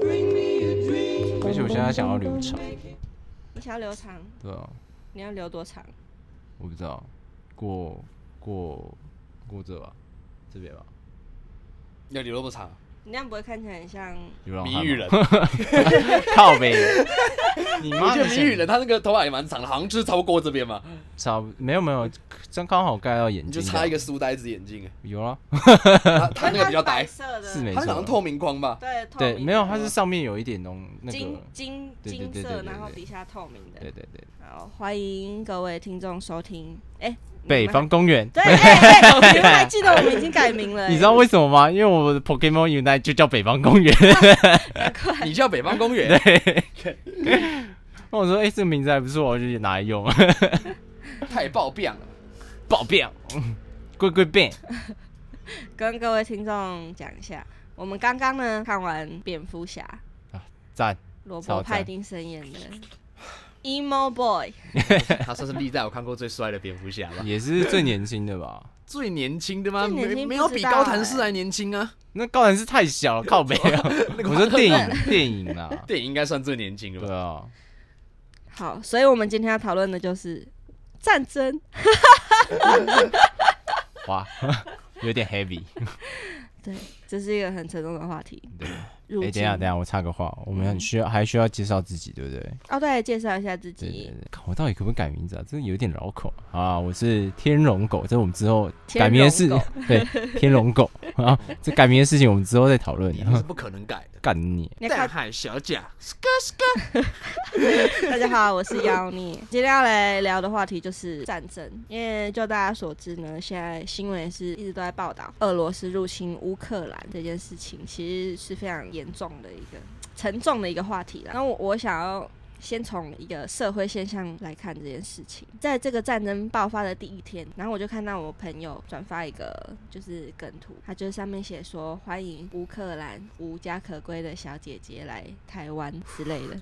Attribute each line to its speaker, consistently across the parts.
Speaker 1: bring me a dream.
Speaker 2: 而且我现在想要留长，
Speaker 3: 你想要留长，
Speaker 2: 对啊，
Speaker 3: 你要留多长？
Speaker 2: 我不知道，过过过这吧，这边吧，
Speaker 4: 要留萝卜长，
Speaker 3: 你那样不会看起来很像？
Speaker 2: 流浪
Speaker 4: 谜
Speaker 2: 汉
Speaker 4: 语
Speaker 2: 吗
Speaker 4: 人，
Speaker 2: 靠呗。你
Speaker 4: 我
Speaker 2: 妈
Speaker 4: 觉
Speaker 2: 的
Speaker 4: 得谜语人他那个头发也蛮长的，好像就是超过这边嘛，
Speaker 2: 差不没有没有，这样刚好盖到眼睛
Speaker 4: 你
Speaker 2: 这
Speaker 4: 就
Speaker 2: 样。
Speaker 4: 插一个书呆子眼 镜，
Speaker 2: 有啊，
Speaker 4: 他他那个比较
Speaker 3: 白
Speaker 4: 呆，
Speaker 3: 色的，
Speaker 2: 是没
Speaker 4: 他好像
Speaker 2: 错。
Speaker 4: 透明光吧？
Speaker 3: 对，透
Speaker 2: 对，
Speaker 3: 明
Speaker 2: 没有，
Speaker 3: 的
Speaker 2: 它是上面有一点东那个
Speaker 3: 金。金
Speaker 2: 对对
Speaker 3: 金
Speaker 2: 对对
Speaker 3: 色，
Speaker 2: 对
Speaker 3: 然后
Speaker 2: 对
Speaker 3: 底下透明的
Speaker 2: 对。对对，
Speaker 3: 好，欢迎各位听众收听。哎、你
Speaker 2: 北
Speaker 3: 们
Speaker 2: 方公园。
Speaker 3: 对，哎哎你们还记得我们已经改名了、哎
Speaker 2: 你知道为什么吗？因为我的 Pokemon Unite 就叫北方公园。
Speaker 3: 难怪
Speaker 4: 你叫北方公 园，
Speaker 2: 我说，哎、这个名字还不错，我就拿来用。
Speaker 4: 太暴变了。
Speaker 2: 暴 变，龟龟变。
Speaker 3: 欸跟各位听众讲一下，我们刚刚呢看完蝙蝠侠，
Speaker 2: 赞，
Speaker 3: 罗
Speaker 2: 超
Speaker 3: 伯·
Speaker 2: 赞
Speaker 3: 派丁森演的 emo boy，
Speaker 4: 他算是历代我看过最帅的蝙蝠侠吧？
Speaker 2: 也是最年轻的吧？
Speaker 4: 最年轻的吗？
Speaker 3: 最年轻
Speaker 4: 没
Speaker 3: 不
Speaker 4: 没有
Speaker 3: 知
Speaker 4: 比
Speaker 3: 道
Speaker 4: 高
Speaker 3: 欸
Speaker 4: 谭市还年轻啊！
Speaker 2: 那高然是太 小了，靠北啊！我说电影，电影啊，
Speaker 4: 电影应该算最年轻的
Speaker 2: 对
Speaker 4: 吧？
Speaker 2: 啊，
Speaker 3: 好，所以我们今天要讨论的就是战争。
Speaker 2: 哇， 有点 heavy。
Speaker 3: 对，这是一个很沉重的话题。
Speaker 2: 对，
Speaker 3: 入
Speaker 2: 哎、
Speaker 3: 侵
Speaker 2: 等一下，等一下，我插个话，我们
Speaker 3: 嗯
Speaker 2: 很需要，还需要介绍自己，对不对？
Speaker 3: 哦，对，介绍一下自
Speaker 2: 对对
Speaker 3: 己
Speaker 2: 对，，看我到底可不可以改名字啊？这有点绕口啊！我是天龙狗，这我们之后
Speaker 3: 天
Speaker 2: 改名的
Speaker 3: 龙
Speaker 2: 事
Speaker 3: 狗，
Speaker 2: 对，天龙狗 啊，这改名的事情我们之后再讨论啊
Speaker 4: 一。定是不可能改的。
Speaker 2: 干你！
Speaker 3: 你要
Speaker 4: 淡
Speaker 3: 看
Speaker 4: 海小贾，
Speaker 3: 大家好，我是妖孽。今天要来聊的话题就是战争，因为就大家所知呢，现在新闻也是一直都在报道俄罗斯入侵乌克兰这件事情，其实是非常严重的一个沉重的一个话题啦。那我我想要。先从一个社会现象来看这件事情，在这个战争爆发的第一天，然后我就看到我朋友转发一个就是梗图，它就是上面写说欢迎乌克兰无家可归的小姐姐来台湾之类的，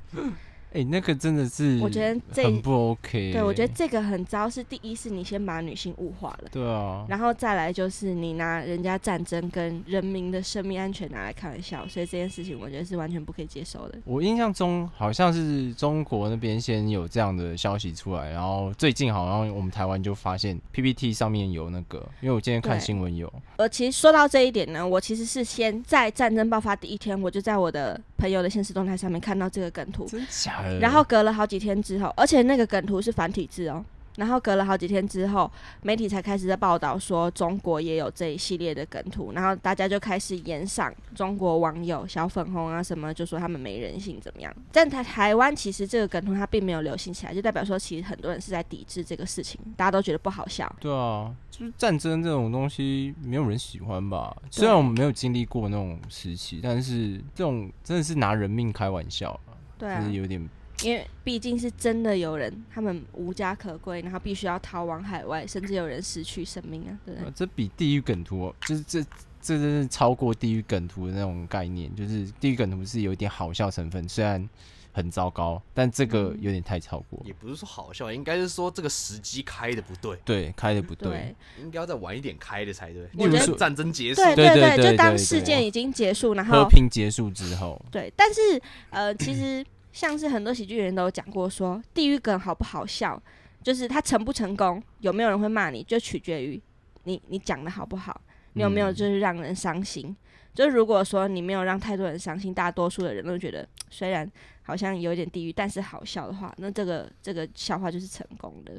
Speaker 2: 哎、那个真的是，
Speaker 3: 我觉得这
Speaker 2: 嗯很不 OK。
Speaker 3: 对，我觉得这个很糟，是第一是你先把女性物化了，
Speaker 2: 对啊，
Speaker 3: 然后再来就是你拿人家战争跟人民的生命安全拿来开玩笑，所以这件事情我觉得是完全不可以接受的。
Speaker 2: 我印象中好像是中国那边先有这样的消息出来，然后最近好像我们台湾就发现 PPT 上面有那个，因为我今天看
Speaker 3: 对
Speaker 2: 新闻有，
Speaker 3: 而呃其实说到这一点呢，我其实是先在战争爆发第一天，我就在我的朋友的现实动态上面看到这个梗图，
Speaker 2: 真假的？
Speaker 3: 然后隔了好几天之后，而且那个梗图是繁体字哦。然后隔了好几天之后，媒体才开始在报道说中国也有这一系列的梗图，然后大家就开始延上中国网友小粉红啊什么，就说他们没人性怎么样。但台台湾其实这个梗图它并没有流行起来，就代表说其实很多人是在抵制这个事情，大家都觉得不好笑。
Speaker 2: 对啊，就是战争这种东西，没有人喜欢吧？虽然我们没有经历过那种时期，但是这种真的是拿人命开玩笑啊，
Speaker 3: 对
Speaker 2: 就
Speaker 3: 啊
Speaker 2: 是，有点
Speaker 3: 因为毕竟是真的有人他们无家可归，然后必须要逃往海外，甚至有人失去生命啊，对不对
Speaker 2: 啊？这比地狱梗图哦，就是这这真是超过地狱梗图的那种概念，就是地狱梗图是有一点好笑成分，虽然很糟糕，但这
Speaker 3: 嗯
Speaker 2: 个有点太超过。
Speaker 4: 也不是说好笑，应该是说这个时机开的不对，
Speaker 2: 对，开的不
Speaker 3: 对
Speaker 2: 对，。
Speaker 4: 应该要再晚一点开的才对。
Speaker 2: 我觉得
Speaker 4: 例如说战争结束，
Speaker 3: 对
Speaker 2: 对对对
Speaker 3: 就当
Speaker 2: 对
Speaker 3: 事
Speaker 2: 对
Speaker 3: 件已经结束，然
Speaker 2: 和
Speaker 3: 后
Speaker 2: 平结束之后，
Speaker 3: 对，但是呃，其实像是很多喜剧人都有讲过说，地狱梗好不好笑，就是它成不成功，有没有人会骂你，就取决于你你讲的好不好，你有没有
Speaker 2: 嗯
Speaker 3: 就是让人伤心。就是如果说你没有让太多人伤心，大多数的人都觉得虽然好像有点地狱，但是好笑的话，那这个这个笑话就是成功的。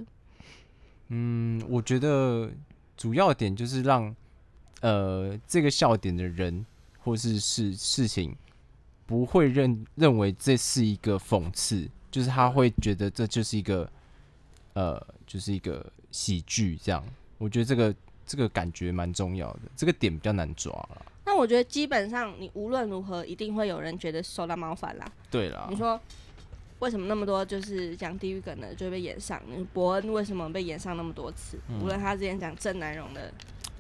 Speaker 2: 嗯，我觉得主要点就是让呃这个笑点的人或是事事情不会认认为这是一个讽刺，就是他会觉得这就是一个呃就是一个喜剧这样。我觉得这个这个感觉蛮重要的，这个点比较难抓了。
Speaker 3: 那但我觉得基本上你无论如何一定会有人觉得受到冒犯啦。
Speaker 2: 对啦
Speaker 3: 你，说为什么那么多就是讲地狱梗的就被演上？你说伯恩为什么被演上那么多次？
Speaker 2: 嗯
Speaker 3: 无论他之前讲郑南榕的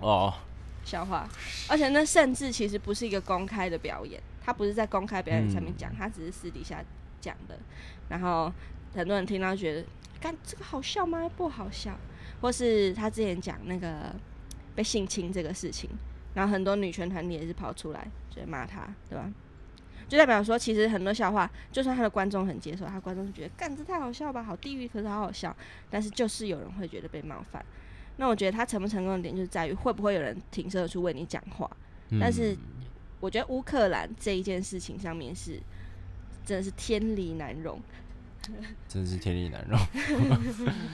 Speaker 2: 哦，
Speaker 3: 笑话，而且那甚至其实不是一个公开的表演，他不是在公开表演上面讲，他只是私底下讲的。然后很多人听到觉得，干这个好笑吗？不好笑，或是他之前讲那个被性侵这个事情，然后很多女权团体也是跑出来就骂他，对吧？就代表说，其实很多笑话，就算他的观众很接受，他观众觉得干这太好笑吧，好地狱，可是好好笑，但是就是有人会觉得被冒犯。那我觉得他成不成功的点就是在于会不会有人挺身而出为你讲话。
Speaker 2: 嗯
Speaker 3: 但是我觉得乌克兰这一件事情上面是真的是天理难容，
Speaker 2: 真是天理难容。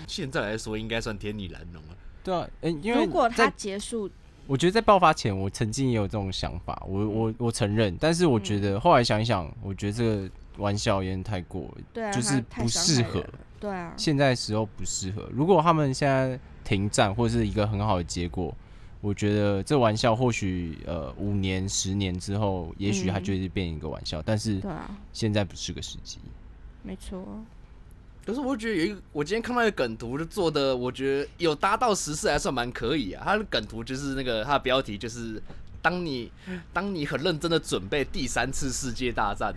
Speaker 5: 现在来说应该算天理难容了。
Speaker 2: 对啊，嗯、因为
Speaker 3: 如果他
Speaker 2: 在
Speaker 3: 结束，
Speaker 2: 我觉得在爆发前，我曾经也有这种想法，我我我承认，但是我觉得后来想一想，我觉得这个玩笑有点太过了，
Speaker 3: 对啊，
Speaker 2: 就是
Speaker 3: 他太
Speaker 2: 不
Speaker 3: 伤
Speaker 2: 适
Speaker 3: 害
Speaker 2: 合
Speaker 3: 人了，对啊，
Speaker 2: 现在时候不适合。如果他们现在停战或是一个很好的结果，我觉得这玩笑或许呃五年、十年之后，也许它
Speaker 3: 嗯
Speaker 2: 就是变一个玩笑，但是
Speaker 3: 对啊，
Speaker 2: 现在不是个时机。
Speaker 3: 没错，
Speaker 5: 可是我觉得有一个，我今天看到一个梗图就做的，我觉得有搭到时事还算蛮可以啊。它的梗图就是那个它的标题就是“当你当你很认真的准备第三次世界大战，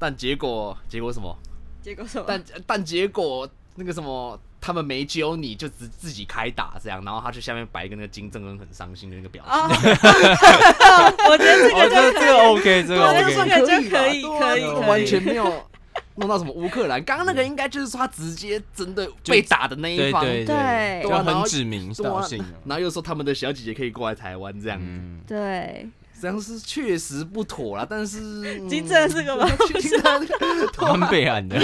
Speaker 5: 但结果结果什么？
Speaker 3: 结果什么？
Speaker 5: 但
Speaker 2: 嗯
Speaker 5: 但结果那个什么，他们没揪你就只自己开打这样，然后他去下面摆一个那个金正恩很伤心的那个表情。
Speaker 3: 哦，我觉得这
Speaker 2: 哦，
Speaker 3: 个
Speaker 2: 这
Speaker 3: 就
Speaker 2: 这个 OK，
Speaker 3: 对
Speaker 2: 这个
Speaker 3: 这啊个
Speaker 2: OK，
Speaker 3: 算
Speaker 5: 这个
Speaker 3: 可以吧
Speaker 5: 以吧，
Speaker 3: 可以
Speaker 5: 对啊
Speaker 3: 可以
Speaker 5: 完全没有弄到什么乌 克兰。刚刚那个应该就是说他直接针对被打的那一
Speaker 2: 对
Speaker 5: 方，
Speaker 3: 对
Speaker 2: 对就
Speaker 5: 对啊然
Speaker 2: 很
Speaker 5: 后
Speaker 2: 指名
Speaker 5: 对啊
Speaker 2: 道姓啊。
Speaker 5: 然后又说他们的小姐姐可以过来台湾这样子，
Speaker 2: 嗯，
Speaker 3: 对，
Speaker 5: 这样是确实不妥啦。 但是嗯
Speaker 3: 金 正恩是 个蛮
Speaker 5: 金正恩
Speaker 2: 蛮悲哀的。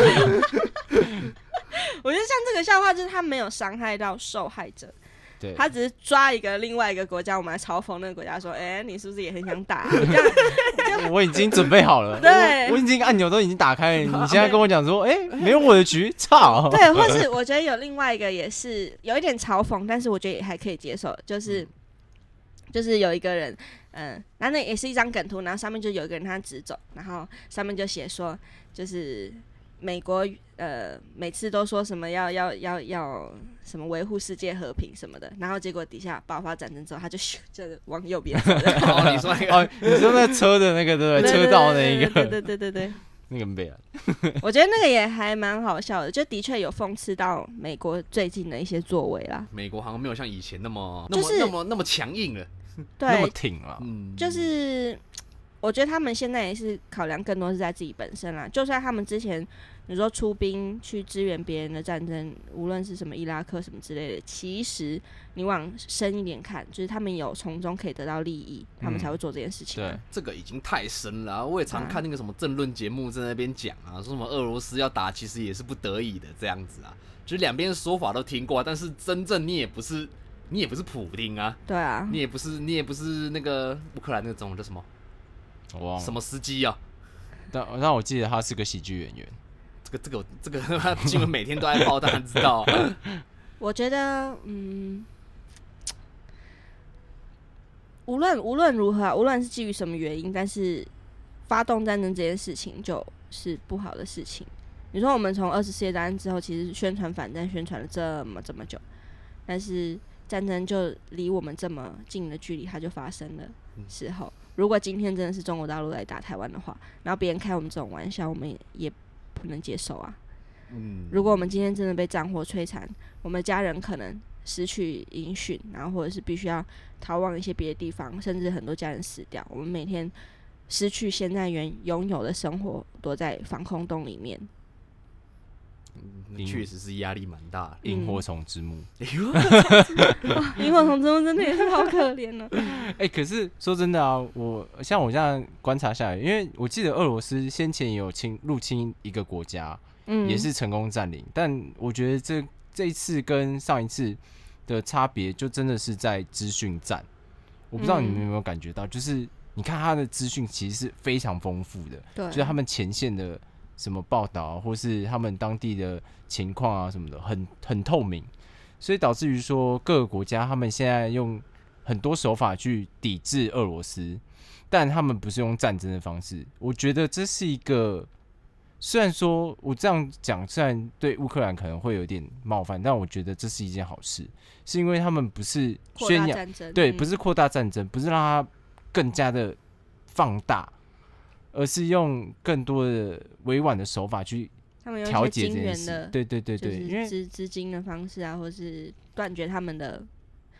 Speaker 3: 我觉得像这个笑话，就是他没有伤害到受害者，
Speaker 2: 对，
Speaker 3: 他只是抓一个另外一个国家，我们来嘲讽那个国家说，哎、你是不是也很想打、啊？这样
Speaker 2: 我已经准备好了，
Speaker 3: 对
Speaker 2: 我我已经按钮都已经打开了，你现在跟我讲说，哎、没有我的局，操！
Speaker 3: 对， 或是我觉得有另外一个也是有一点嘲讽，但是我觉得也还可以接受，就是、
Speaker 2: 嗯
Speaker 3: 就是有一个人，嗯、然后那也是一张梗图，然后上面就有一个人他直走，然后上面就写说，就是美国呃每次都说什么要要要要什么维护世界和平什么的，然后结果底下爆发战争之后，他就 咻就是往右边 走了
Speaker 5: 哦，你说那个
Speaker 2: 哦，你说那车的那个
Speaker 3: 对
Speaker 2: 对不对？
Speaker 3: 对
Speaker 2: 车道那一
Speaker 3: 对对
Speaker 2: 个，
Speaker 3: 对对对对。
Speaker 2: 那个很悲哀。
Speaker 3: 我觉得那个也还蛮好笑的，就的确有讽刺到美国最近的一些作为啦。
Speaker 5: 美国好像没有像以前那么那
Speaker 3: 就
Speaker 5: 么、
Speaker 3: 是
Speaker 5: 那么那么强硬了。
Speaker 2: 那么
Speaker 3: 对，
Speaker 2: 挺啊了，
Speaker 5: 嗯，
Speaker 3: 就是我觉得他们现在也是考量更多是在自己本身啦。就算他们之前你说出兵去支援别人的战争，无论是什么伊拉克什么之类的，其实你往深一点看，就是他们有从中可以得到利益，他们
Speaker 2: 嗯
Speaker 3: 才会做这件事情啊。
Speaker 2: 对，
Speaker 5: 这个已经太深了啊、我也常看那个什么政论节目在那边讲啊，说什么俄罗斯要打，其实也是不得已的这样子啊。就是两边说法都听过啊、但是真正你也不是，你也不是普丁啊，
Speaker 3: 对啊，
Speaker 5: 你也不是，你也不是那个乌克兰那个总统叫什么
Speaker 2: 我忘
Speaker 5: 什
Speaker 2: 了。
Speaker 5: 么司机啊？
Speaker 2: 但但我记得他是个喜剧演员，
Speaker 5: 这个这个这个新闻每天都在报，当然知道啊、
Speaker 3: 我觉得，嗯，无论无论如何啊，无论是基于什么原因，但是发动战争这件事情就是不好的事情。你说我们从二次世界大战之后，其实宣传反战宣传了这么这么久，但是战争就离我们这么近的距离，它就发生了时候。如果今天真的是中国大陆来打台湾的话，然后别人开我们这种玩笑，我们也也不能接受啊。
Speaker 5: 嗯，
Speaker 3: 如果我们今天真的被战火摧残，我们的家人可能失去音讯，然后或者是必须要逃往一些别的地方，甚至很多家人死掉。我们每天失去现在原拥有的生活，躲在防空洞里面。
Speaker 5: 嗯确实是压力蛮大的。
Speaker 2: 萤火虫之墓。
Speaker 5: 哎呦，
Speaker 3: 萤火虫之墓真的也是好可怜哦呢、
Speaker 2: 哎、可是说真的啊，我像我这样观察下来，因为我记得俄罗斯先前也有侵入侵一个国家，
Speaker 3: 嗯，
Speaker 2: 也是成功占领，但我觉得这这一次跟上一次的差别，就真的是在资讯战。我不知道你们有没有感觉到，就是你看他的资讯其实是非常丰富的，
Speaker 3: 对，
Speaker 2: 就是他们前线的什么报道啊，或是他们当地的情况啊什么的，很很透明，所以导致于说各个国家他们现在用很多手法去抵制俄罗斯，但他们不是用战争的方式。我觉得这是一个，虽然说我这样讲，虽然对乌克兰可能会有点冒犯，但我觉得这是一件好事，是因为他们不是
Speaker 3: 扩
Speaker 2: 宣
Speaker 3: 大
Speaker 2: 扬
Speaker 3: 战争，
Speaker 2: 对，
Speaker 3: 嗯
Speaker 2: 不是扩大战争，不是让它更加的放大，而是用更多的委婉的手法去
Speaker 3: 他们用
Speaker 2: 调
Speaker 3: 一些
Speaker 2: 解这
Speaker 3: 金
Speaker 2: 件
Speaker 3: 源
Speaker 2: 事
Speaker 3: 的。，
Speaker 2: 对对对
Speaker 3: 就
Speaker 2: 对，因为
Speaker 3: 是资资金的方式啊，或是断绝他们的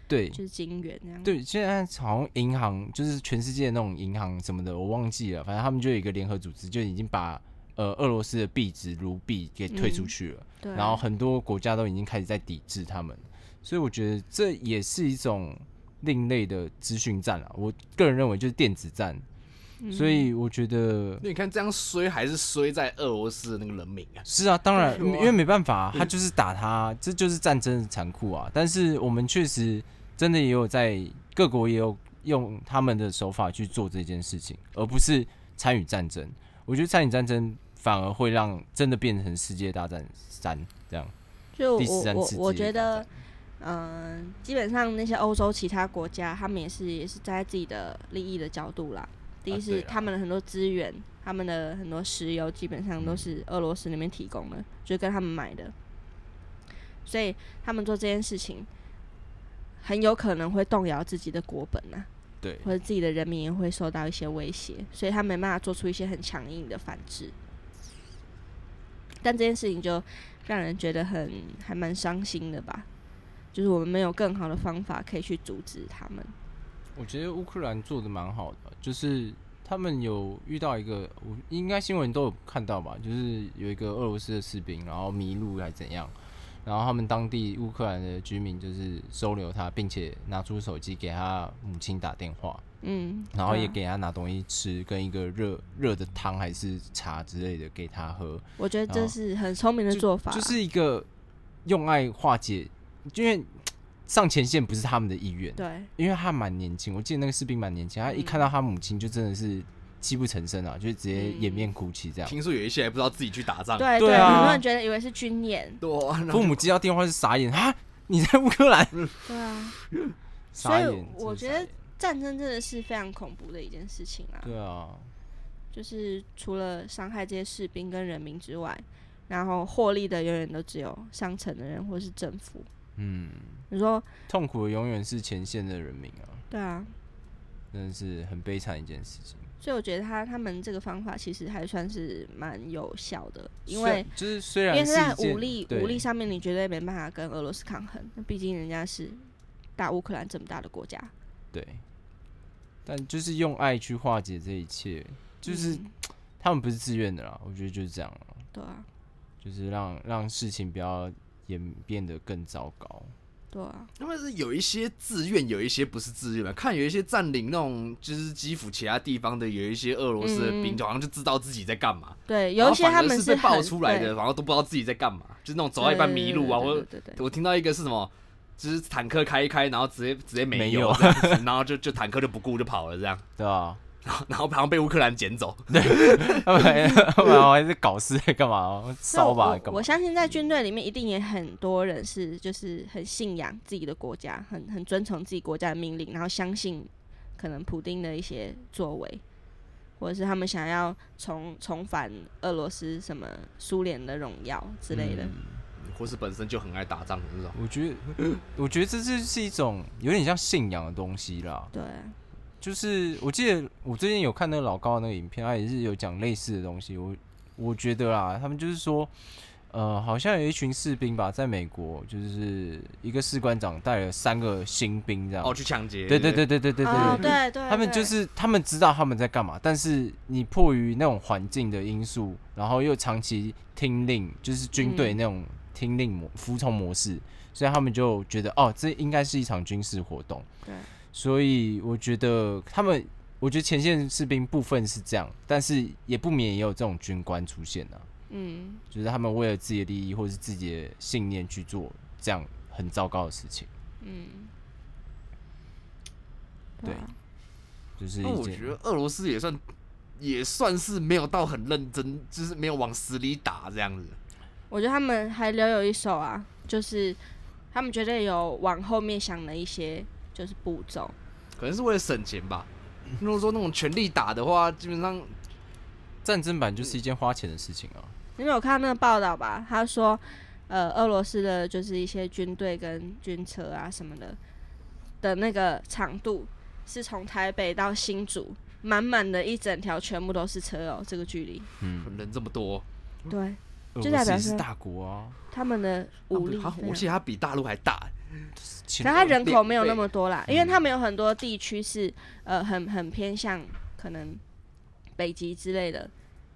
Speaker 2: 对
Speaker 3: 就是金源这样。，
Speaker 2: 对，现在好像银行就是全世界那种银行什么的，我忘记了，反正他们就有一个联合组织，就已经把呃俄罗斯的币值卢币给退出
Speaker 3: 嗯
Speaker 2: 去了。
Speaker 3: 对啊
Speaker 2: 然后很多国家都已经开始在抵制他们，所以我觉得这也是一种另类的资讯战啊。我个人认为就是电子战，
Speaker 3: 嗯
Speaker 2: 所以我觉得
Speaker 5: 那你看这样衰还是衰在俄罗斯的那个人民啊，
Speaker 2: 是啊，当然，
Speaker 5: 对
Speaker 2: 因
Speaker 5: 啊
Speaker 2: 为没办法啊、他就是打他啊，这就是战争的残酷啊。但是我们确实真的也有在各国也有用他们的手法去做这件事情，而不是参与战争。我觉得参与战争反而会让真的变成世界大战三这样。
Speaker 3: 就
Speaker 2: 第四
Speaker 3: 我
Speaker 2: 战
Speaker 3: 我
Speaker 2: 世
Speaker 3: 我
Speaker 2: 界
Speaker 3: 觉
Speaker 2: 大
Speaker 3: 得
Speaker 2: 战，
Speaker 3: 嗯、基本上那些欧洲其他国家，他们也是也是在自己的利益的角度啦。第一
Speaker 5: 啊
Speaker 3: 是
Speaker 5: 对啦
Speaker 3: 他们的很多资源，他们的很多石油基本
Speaker 5: 嗯
Speaker 3: 上都是俄罗斯那边提供的，就是跟他们买的，所以他们做这件事情，很有可能会动摇自己的国本啊呐、
Speaker 2: 对，
Speaker 3: 或者自己的人民也会受到一些威胁，所以他没办法做出一些很强硬的反制。但这件事情就让人觉得很还蛮伤心的吧，就是我们没有更好的方法可以去阻止他们。
Speaker 2: 我觉得乌克兰做的蛮好的，就是他们有遇到一个，我应该新闻都有看到吧，就是有一个俄罗斯的士兵，然后迷路还是怎样，然后他们当地乌克兰的居民就是收留他，并且拿出手机给他母亲打电话，
Speaker 3: 嗯，
Speaker 2: 然后
Speaker 3: 对啊
Speaker 2: 也给他拿东西吃，跟一个热热的汤还是茶之类的给他喝，
Speaker 3: 我觉得
Speaker 2: 然
Speaker 3: 这
Speaker 2: 后
Speaker 3: 是很聪明的
Speaker 2: 就
Speaker 3: 做法，啊
Speaker 2: 就是一个用爱化解，因为上前线不是他们的意愿，
Speaker 3: 对，
Speaker 2: 因为他蛮年轻，我记得那个士兵蛮年轻，他
Speaker 3: 嗯
Speaker 2: 一看到他母亲就真的是泣不成声啊，就直接掩面哭泣这样。
Speaker 5: 听说有一些还不知道自己去打仗，
Speaker 3: 对
Speaker 2: 对啊
Speaker 3: 很多人觉得以为是军演，
Speaker 5: 对
Speaker 3: 嗯
Speaker 5: 啊，然后
Speaker 2: 父母接到电话是傻眼啊，你在乌克兰？
Speaker 3: 对啊，
Speaker 2: 傻眼，
Speaker 3: 所以我
Speaker 2: 真
Speaker 3: 觉
Speaker 2: 的
Speaker 3: 得
Speaker 2: 傻眼
Speaker 3: 战争真的是非常恐怖的一件事情啊。
Speaker 2: 对啊，
Speaker 3: 就是除了伤害这些士兵跟人民之外，然后获利的永远都只有上层的人或是政府。
Speaker 2: 嗯，
Speaker 3: 你说
Speaker 2: 痛苦的永远是前线的人民啊，
Speaker 3: 对啊，
Speaker 2: 真的是很悲惨一件事情。
Speaker 3: 所以我觉得他他们这个方法其实还算是蛮有效的，因
Speaker 2: 虽
Speaker 3: 为
Speaker 2: 然就是虽
Speaker 3: 因
Speaker 2: 然
Speaker 3: 为是在
Speaker 2: 一件
Speaker 3: 武力
Speaker 2: 对
Speaker 3: 武力上面，你绝对没办法跟俄罗斯抗衡，毕竟人家是大乌克兰这么大的国家，
Speaker 2: 对，但就是用爱去化解这一切，就是、
Speaker 3: 嗯
Speaker 2: 他们不是自愿的啦，我觉得就是这样了。
Speaker 3: 对啊，
Speaker 2: 就是让让事情不要演变得更糟糕。
Speaker 3: 对啊，
Speaker 5: 他们是有一些自愿，有一些不是自愿吧？看有一些占领那种就是基辅其他地方的，有一些俄罗斯的兵，
Speaker 3: 嗯
Speaker 5: 好像就知道自己在干嘛。
Speaker 3: 对，
Speaker 5: 然
Speaker 3: 有一
Speaker 5: 后
Speaker 3: 些
Speaker 5: 反
Speaker 3: 他
Speaker 5: 而
Speaker 3: 们
Speaker 5: 是被爆
Speaker 3: 很
Speaker 5: 出来的，
Speaker 3: 对
Speaker 5: 然后都不知道自己在干嘛，就是那种走到一半迷路啊，
Speaker 3: 对
Speaker 5: 或
Speaker 3: 对
Speaker 5: 者
Speaker 3: 对对对
Speaker 5: 我听到一个是什么，就是坦克开一开，然后直接直接
Speaker 2: 没
Speaker 5: 没
Speaker 2: 有
Speaker 5: 有这样子，然后就就坦克就不顾就跑了这样，
Speaker 2: 对啊，
Speaker 5: 然后然后好像被乌克兰捡走，
Speaker 2: 他们他们还是搞事在干嘛？
Speaker 3: 那
Speaker 2: 烧吧，
Speaker 3: 我
Speaker 2: 干嘛
Speaker 3: 我？相信在军队里面一定也很多人是就是很信仰自己的国家，很很遵从自己国家的命令，然后相信可能普丁的一些作为，或者是他们想要重重返俄罗斯什么苏联的荣耀之类
Speaker 2: 嗯
Speaker 3: 的。
Speaker 5: 或是本身就很爱打仗的那种。
Speaker 2: 我觉得，我觉得这就是一种有点像信仰的东西啦。
Speaker 3: 对啊，
Speaker 2: 就是我记得我最近有看那个老高的那个影片，他也是有讲类似的东西。我我觉得啦，他们就是说，呃，好像有一群士兵吧，在美国，就是一个士官长带了三个新兵这样。
Speaker 5: 哦，去抢劫，
Speaker 2: 对对对对对对对
Speaker 3: 哦对对，
Speaker 2: 他们就
Speaker 3: 对
Speaker 2: 是他们知道他们在干嘛，但是你迫于那种环境的因素，然后又长期听令，就是军队
Speaker 3: 嗯
Speaker 2: 那种听令模服从模式，所以他们就觉得哦，这应该是一场军事活动。
Speaker 3: 对，
Speaker 2: 所以我觉得他们，我觉得前线士兵部分是这样，但是也不免也有这种军官出现啊，
Speaker 3: 嗯，
Speaker 2: 就是他们为了自己的利益或是自己的信念去做这样很糟糕的事情，对
Speaker 3: 啊
Speaker 2: 就是
Speaker 5: 那
Speaker 2: 一
Speaker 5: 我
Speaker 2: 件
Speaker 5: 觉得俄罗斯也算也算是没有到很认真，就是没有往死里打这样子。
Speaker 3: 我觉得他们还留有一手啊，就是他们绝对有往后面想的一些就是步骤。
Speaker 5: 可能是为了省钱吧。如果说那种全力打的话，基本上
Speaker 2: 战争版
Speaker 5: 嗯
Speaker 2: 就是一件花钱的事情啊。
Speaker 3: 你们有看那个报道吧？他说，呃，俄罗斯的就是一些军队跟军车啊什么的的那个长度是从台北到新竹，满满的一整条全部都是车哦，这个距离。
Speaker 2: 嗯，
Speaker 5: 人这么多，
Speaker 3: 对
Speaker 2: 俄
Speaker 3: 就
Speaker 2: 罗
Speaker 3: 代
Speaker 2: 斯
Speaker 3: 表
Speaker 2: 也是
Speaker 3: 说
Speaker 2: 大国啊，
Speaker 3: 他们的武力非
Speaker 5: 啊
Speaker 3: 常，
Speaker 5: 我记得他比大陆还大，欸
Speaker 2: 前
Speaker 3: 但它人口没有那么多啦，因
Speaker 2: 嗯
Speaker 3: 为他们有很多地区是呃很很偏向可能北极之类的，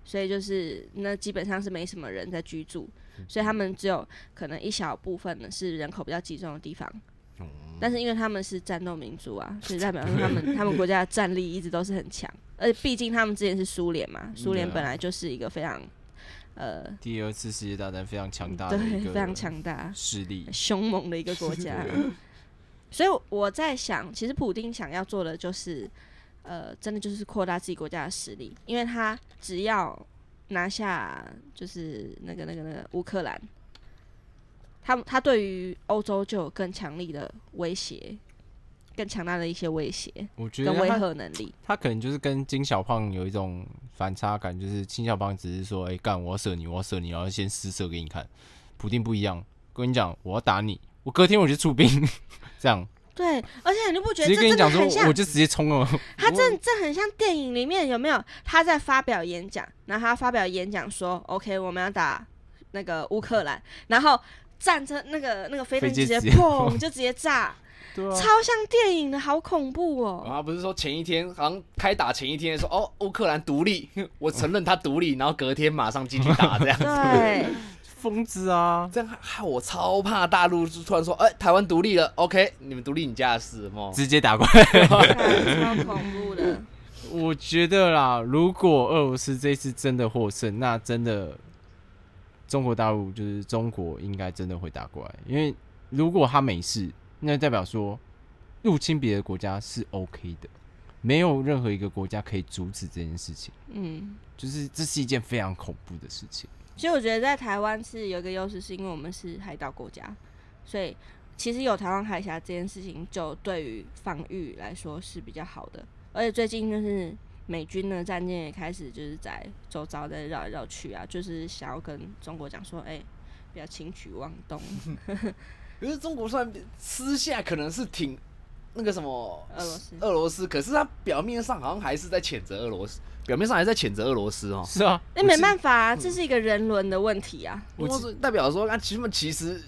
Speaker 3: 所以就是那基本上是没什么人在居住，
Speaker 2: 嗯
Speaker 3: 所以他们只有可能一小部分呢是人口比较集中的地方。
Speaker 2: 哦
Speaker 3: 但是因为他们是战斗民族啊，所以代表说他 们他们国家的战力一直都是很强，而且毕竟他们之前是苏联嘛，苏联
Speaker 2: 对啊
Speaker 3: 本来就是一个非常呃
Speaker 2: 第二次世界大战非常强大的
Speaker 3: 对
Speaker 2: 一
Speaker 3: 非常
Speaker 2: 个
Speaker 3: 强大，
Speaker 2: 势力，
Speaker 3: 凶猛的一个国家。所以我在想，其实普丁想要做的就是，呃，真的就是扩大自己国家的实力，因为他只要拿下就是那个那个那个乌克兰，他他对于欧洲就有更强力的威胁，更强大的一些威胁
Speaker 2: 我觉
Speaker 3: 跟威
Speaker 2: 得他
Speaker 3: 吓能力。
Speaker 2: 他可能就是跟金小胖有一种反差感，就是金小胖只是说，哎、干，我要射你，我要射你，然后先施射给你看。普丁不一样，跟你讲，我要打你，我隔天我就出兵， 这样
Speaker 3: 对，而且你不觉
Speaker 2: 直
Speaker 3: 得
Speaker 2: 接
Speaker 3: 这
Speaker 2: 跟
Speaker 3: 真
Speaker 2: 你
Speaker 3: 的
Speaker 2: 讲说
Speaker 3: 很，像
Speaker 2: 我就直接冲了。
Speaker 3: 他这这很像电影里面有没有？他在发表演讲，然后他发表演讲说：“OK，我们要打那个乌克兰。”然后战争那个那个飞弹
Speaker 2: 飞机
Speaker 3: 直接
Speaker 2: 直接
Speaker 3: 砰就直接炸，
Speaker 2: 对啊
Speaker 3: 超像电影的，好恐怖
Speaker 5: 然
Speaker 3: 哦！
Speaker 5: 后他啊不是说前一天好像开打前一天说哦乌克兰独立， 我承认他独立，然后隔天马上进去打这 样子，
Speaker 3: 对，
Speaker 2: 疯子啊！
Speaker 5: 这样害我超怕大陆就突然说哎、台湾独立了，OK 你们独立你家的事哦，
Speaker 2: 直接打过来。
Speaker 3: 看超恐怖的。
Speaker 2: 我觉得啦，如果俄罗斯这次真的获胜，那真的中国大陆就是中国应该真的会打过来，因为如果他没事，那代表说入侵别的国家是 OK 的，没有任何一个国家可以阻止这件事情，
Speaker 3: 嗯，
Speaker 2: 就是这是一件非常恐怖的事情。
Speaker 3: 其实我觉得在台湾是有一个优势，是因为我们是海岛国家，所以其实有台湾海峡这件事情，就对于防御来说是比较好的。而且最近就是美军的战舰也开始就是在周遭在绕来绕去啊，就是想要跟中国讲说，哎、不要轻举妄动。
Speaker 5: 可是中国虽然私下可能是挺那个什么
Speaker 3: 俄罗斯
Speaker 5: 俄罗斯，可是他表面上好像还是在谴责俄罗斯，表面上还在谴责俄罗斯哦。
Speaker 2: 是啊，
Speaker 3: 那没办法、啊，这是一个人伦的问题啊。
Speaker 5: 不过是代表说，那其实其实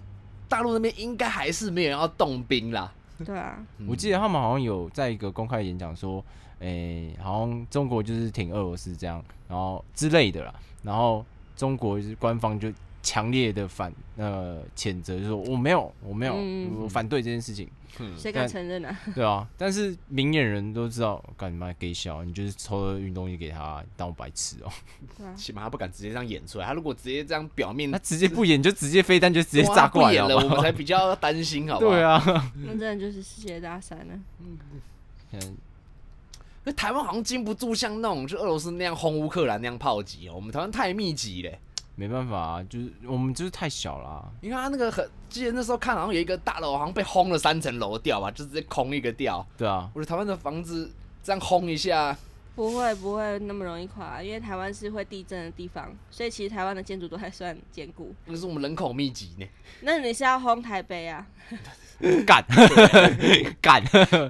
Speaker 5: 大陆那边应该还是没有人要动兵啦。
Speaker 3: 对啊，
Speaker 2: 我记得他们好像有在一个公开演讲说，诶、好像中国就是挺俄罗斯这样，然后之类的啦。然后中国就是官方就强烈的反呃谴责，就说我没有，我没有，
Speaker 3: 嗯
Speaker 2: 我反对这件事情，
Speaker 5: 嗯
Speaker 3: 谁敢
Speaker 2: 但
Speaker 3: 承认啊？
Speaker 2: 对啊。但是明眼人都知道，干你妈给小，你就是抽了运动衣给他，你当我白痴 哦、
Speaker 3: 对啊，
Speaker 5: 起码他不敢直接这样演出来，他如果直接这样表面
Speaker 2: 他直接不演就直接飞弹就直接
Speaker 5: 哇
Speaker 2: 炸过
Speaker 5: 不
Speaker 2: 来
Speaker 5: 演了，
Speaker 2: 好
Speaker 5: 我
Speaker 2: 不
Speaker 5: 们
Speaker 2: 好
Speaker 5: 才比较担心，好不好？
Speaker 2: 对。啊，
Speaker 3: 那真的就是世界大战了。
Speaker 2: 嗯
Speaker 5: 那台湾好像经不住像那种就俄罗斯那样轰乌克兰那样炮击哦，我们台湾太密集嘞。
Speaker 2: 没办法啊，就是我们就是太小啊啦、
Speaker 5: 你看他那个很，记得那时候看好像有一个大楼好像被轰了三层楼掉吧，就直接空一个掉。
Speaker 2: 对啊，
Speaker 5: 我觉得台湾的房子这样轰一下，
Speaker 3: 不会不会那么容易垮，因为台湾是会地震的地方，所以其实台湾的建筑都还算坚固。
Speaker 5: 那是我们人口密集呢。
Speaker 3: 那你是要轰台北 啊？
Speaker 2: 干 干。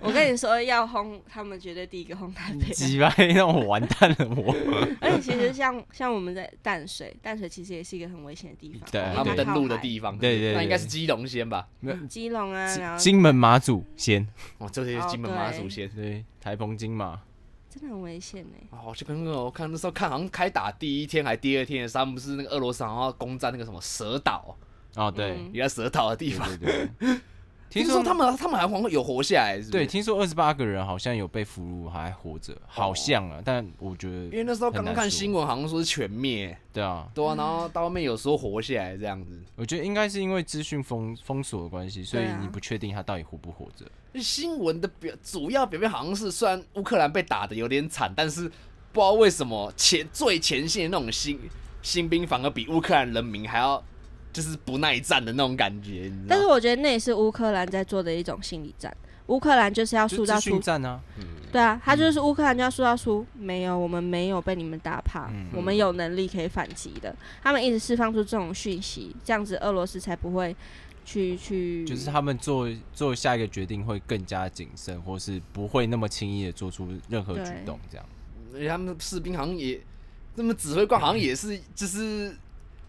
Speaker 3: 我跟你说，要轰啊他 们绝对第啊一个轰台北、
Speaker 2: 鸡巴，让我完蛋了我。
Speaker 3: 而且其实像像我们在淡水，淡水其实也是一个很危险的地方，
Speaker 2: 对啊
Speaker 3: 因为
Speaker 5: 他们
Speaker 3: 它
Speaker 5: 登
Speaker 3: 靠
Speaker 5: 陆的
Speaker 3: 海
Speaker 5: 地方，
Speaker 2: 对对对
Speaker 5: 那应该是基隆先吧？
Speaker 3: 基隆啊，然后
Speaker 2: 金门马祖先，
Speaker 5: 哦，这些是金门马祖先。
Speaker 2: 对，台澎金马，
Speaker 3: 真的很危险欸呢、
Speaker 5: 哦，我去看那个，我看那时候看好像开打第一天还第二天的时候，他们不是那个俄罗斯好像要攻占那个什么蛇岛，
Speaker 2: 哦对，
Speaker 3: 嗯
Speaker 5: 也在蛇岛的地方。
Speaker 2: 对对对。
Speaker 5: 听说他们他们还还有活下来，是不是
Speaker 2: 对，，听说二十八个人好像有被俘虏，还活着，
Speaker 5: 哦
Speaker 2: 好像啊，但我觉得
Speaker 5: 因为那时候刚
Speaker 2: 很难
Speaker 5: 刚看
Speaker 2: 说
Speaker 5: 新闻，好像说是全灭，
Speaker 2: 对啊，
Speaker 5: 对啊，然后到后面有说活下来这样子。
Speaker 2: 我觉得应该是因为资讯封封锁的关系，所以
Speaker 3: 对啊
Speaker 2: 你不确定他到底活不活着。
Speaker 5: 新闻的表主要表面好像是，虽然乌克兰被打的有点惨，但是不知道为什么前最前线那种新新兵反而比乌克兰人民还要就是不耐战的那种感觉，你知
Speaker 3: 但是
Speaker 2: 嗯
Speaker 5: 道？
Speaker 3: 我觉得那也是乌克兰在做的一种心理战。乌克兰就是要塑
Speaker 2: 就
Speaker 3: 造
Speaker 2: 资
Speaker 3: 出
Speaker 2: 讯站啊，
Speaker 3: 对啊，他就是
Speaker 5: 嗯
Speaker 3: 乌克兰就要塑造出没有，我们没有被你们打趴，
Speaker 2: 嗯
Speaker 3: 我们有能力可以反击的。他们一直释放出这种讯息，这样子俄罗斯才不会去去，
Speaker 2: 就是他们做做下一个决定会更加谨慎，或是不会那么轻易的做出任何举
Speaker 3: 对
Speaker 2: 动，这样。
Speaker 5: 而且他们士兵好像也，他们指挥官好像也是，就是呃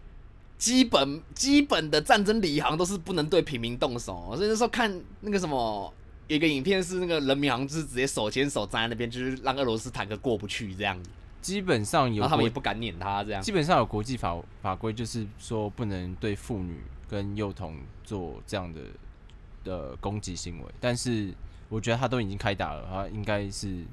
Speaker 5: 基本基本的战争礼行都是不能对平民动手。所以那时候看那个什么，有一个影片是那个人民好像就是直接手牵手站在那边，就是让俄罗斯坦克过不去这样，
Speaker 2: 基本上
Speaker 5: 然
Speaker 2: 有
Speaker 5: 后他们
Speaker 2: 国
Speaker 5: 也不敢撵他这样
Speaker 2: 基。本上有国际法法规，就是说不能对妇女跟幼童做这样的的呃攻击行为。但是我觉得他都已经开打了，啊他应该是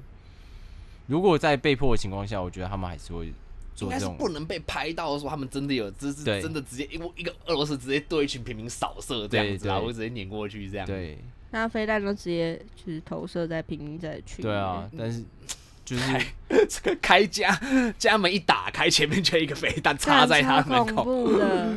Speaker 2: 如果在被迫的情况下，我觉得他们还是会
Speaker 5: 应
Speaker 2: 做
Speaker 5: 该
Speaker 2: 这
Speaker 5: 是
Speaker 2: 种。
Speaker 5: 不能被拍到说他们真的有，这是
Speaker 2: 对
Speaker 5: 真的直接一一个俄罗斯直接对一群平民扫射这样子，
Speaker 2: 对对
Speaker 5: 然后直接撵过去这样。，
Speaker 2: 对
Speaker 3: 那飞弹都直接就是投射在平民在区域。
Speaker 2: 对啊，，但是就是
Speaker 5: 这个 开家家门一打开，前面就一个飞弹插在他
Speaker 3: 超
Speaker 5: 门
Speaker 3: 恐
Speaker 5: 口，
Speaker 3: 怖的，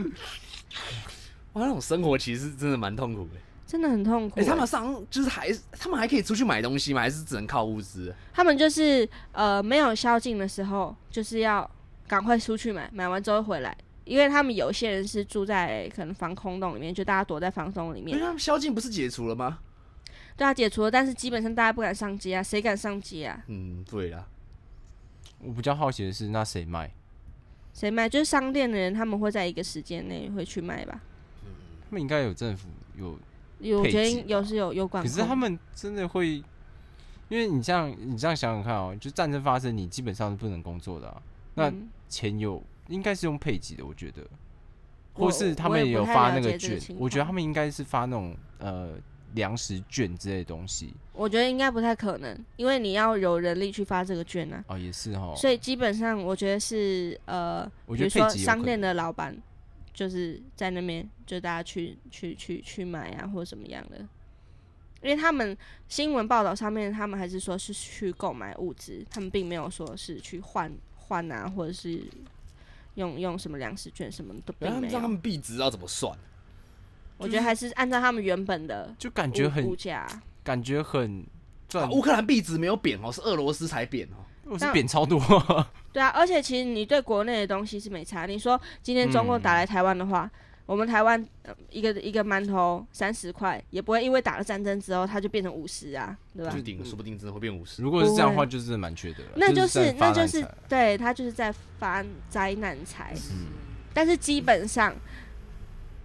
Speaker 5: 哇，那种生活其实真的蛮痛苦的。
Speaker 3: 真的很痛苦
Speaker 5: 哎、
Speaker 3: 欸、
Speaker 5: 他们上就是还他们还可以出去买东西吗？还是只能靠物资？
Speaker 3: 他们就是呃没有宵禁的时候，就是要赶快出去买，买完之后回来。因为他们有些人是住在可能防空洞里面，就大家躲在防空洞里
Speaker 5: 因为
Speaker 3: 面，
Speaker 5: 他们宵禁不是解除了吗？
Speaker 3: 对啊，解除了，但是基本上大家不敢上街啊，谁敢上街啊？
Speaker 5: 嗯，对啦，
Speaker 2: 我比较好奇的是，那谁卖？
Speaker 3: 谁卖？就是商店的人，他们会在一个时间内会去卖吧。
Speaker 2: 他们应该有政府有，
Speaker 3: 有，我
Speaker 2: 配
Speaker 3: 觉得
Speaker 2: 置
Speaker 3: 有是有有管
Speaker 2: 可
Speaker 3: 控。
Speaker 2: 是他们真的会，因为你像你这样想想看哦，就战争发生，你基本上是不能工作的、啊。那
Speaker 3: 嗯
Speaker 2: 钱有应该是用配给的，我觉得，
Speaker 3: 我
Speaker 2: 或是他
Speaker 3: 我
Speaker 2: 们
Speaker 3: 也
Speaker 2: 也
Speaker 3: 不
Speaker 2: 有
Speaker 3: 太
Speaker 2: 发
Speaker 3: 了
Speaker 2: 那
Speaker 3: 解
Speaker 2: 个
Speaker 3: 这个
Speaker 2: 券
Speaker 3: 情，
Speaker 2: 我觉得
Speaker 3: 况
Speaker 2: 他们应该是发那种呃粮食券之类的东西
Speaker 3: 我觉得应该不太可能，因为你要有人力去发这个券啊。
Speaker 2: 哦，也是哈。
Speaker 3: 所以基本上我觉得是呃，
Speaker 2: 我
Speaker 3: 比
Speaker 2: 觉
Speaker 3: 如
Speaker 2: 得
Speaker 3: 说
Speaker 2: 配给有
Speaker 3: 商
Speaker 2: 可
Speaker 3: 店
Speaker 2: 能，
Speaker 3: 的老板就是在那边，就大家去去去去买啊，或者怎么样的。因为他们新闻报道上面，他们还是说是去购买物资，他们并没有说是去换换啊，或者是用用什么粮食券什么都
Speaker 5: 然
Speaker 3: 并没
Speaker 5: 后他们知道他
Speaker 3: 有。
Speaker 5: 们币值要怎么算，
Speaker 3: 我觉得还是按照他们原本的
Speaker 2: 就感觉
Speaker 3: 物物
Speaker 2: 很
Speaker 3: 价，啊
Speaker 2: 感觉很
Speaker 5: 啊
Speaker 2: 赚，
Speaker 5: 乌克兰币值没有贬哦，是俄罗斯才贬哦。
Speaker 2: 我
Speaker 3: 那
Speaker 2: 是贬 超多。
Speaker 3: 对啊。而且其实你对国内的东西是没差。你说今天中共打来台湾的话，我们台湾、呃一个一个馒头三十块，也不会因为打了战争之后它就变成五十啊，对吧？
Speaker 5: 就顶，说不定真的会变五十。
Speaker 2: 如果是这样的
Speaker 3: 不
Speaker 2: 话，
Speaker 3: 会
Speaker 2: 就是真的蛮缺德了。
Speaker 3: 那
Speaker 2: 就是在发
Speaker 3: 那就
Speaker 2: 烂
Speaker 3: 是
Speaker 2: 财
Speaker 3: 对他就是在发灾难财，但是基本上，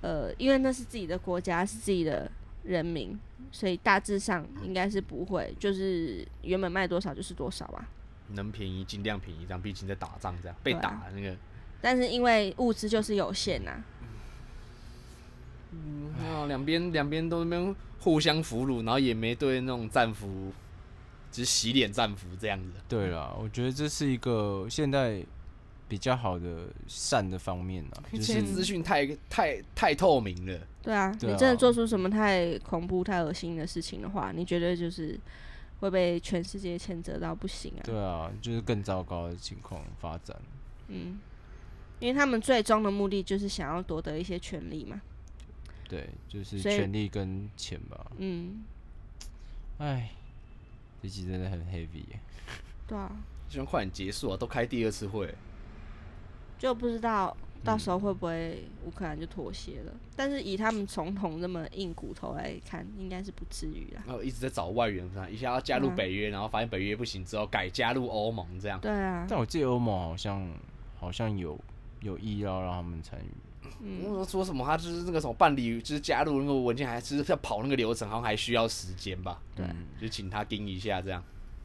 Speaker 3: 呃，因为那是自己的国家，是自己的人民，所以大致上应该是不会，就是原本卖多少就是多少啊吧。
Speaker 5: 能便宜尽量便宜，这样毕竟在打仗，这样被
Speaker 3: 对啊
Speaker 5: 打那个。
Speaker 3: 但是因为物资就是有限呐、啊
Speaker 5: 嗯，啊两边两边都那边互相俘虏，然后也没对那种战俘，就是洗脸战俘这样子。
Speaker 2: 对了，我觉得这是一个现在比较好的善的方面 啊，就
Speaker 5: 这些
Speaker 2: 是
Speaker 5: 资讯太太太透明了。
Speaker 3: 对啊，
Speaker 2: 对
Speaker 3: 你真的
Speaker 2: 啊
Speaker 3: 做出什么太恐怖、太恶心的事情的话，你绝对就是会被全世界谴责到不行啊。
Speaker 2: 对啊，就是更糟糕的情况发展。
Speaker 3: 嗯，因为他们最终的目的就是想要夺得一些权利嘛。
Speaker 2: 对，就是
Speaker 3: 所以
Speaker 2: 权力跟钱吧。
Speaker 3: 嗯，
Speaker 2: 哎，这集真的很 heavy 耶。
Speaker 3: 对啊，
Speaker 5: 希望快点结束啊！都开第二次会，
Speaker 3: 就不知道到时候会不会乌克兰就妥协了。但是以他们总统那么硬骨头来看，应该是不至于啦。
Speaker 5: 然后一直在找外援，啊一下要加入
Speaker 3: 嗯
Speaker 5: 北约，然后发现北约不行之后改加入欧盟这样。
Speaker 3: 对啊，
Speaker 2: 但我记得欧盟好像好像有有意要让他们参与，
Speaker 5: 嗯，说什么他就是那个什么办理，就是加入那个文件，还是要跑那个流程，好像还需要时间吧？
Speaker 3: 对
Speaker 5: 嗯，就请他盯一下这样。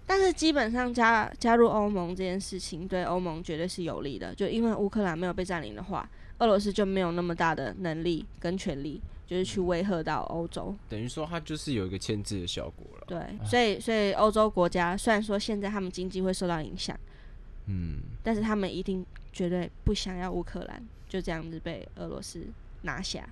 Speaker 3: 但是基本上加加入欧盟这件事情对欧盟绝对是有利的，就因为乌克兰没有被占领的话，俄罗斯就没有那么大的能力跟权力，就是去威吓到欧洲。
Speaker 2: 等于说它就是有一个牵制的效果了。
Speaker 3: 对，所以所以欧洲国家虽然说现在他们经济会受到影响，
Speaker 2: 嗯，
Speaker 3: 但是他们一定绝对不想要乌克兰就这样子被俄罗斯拿下。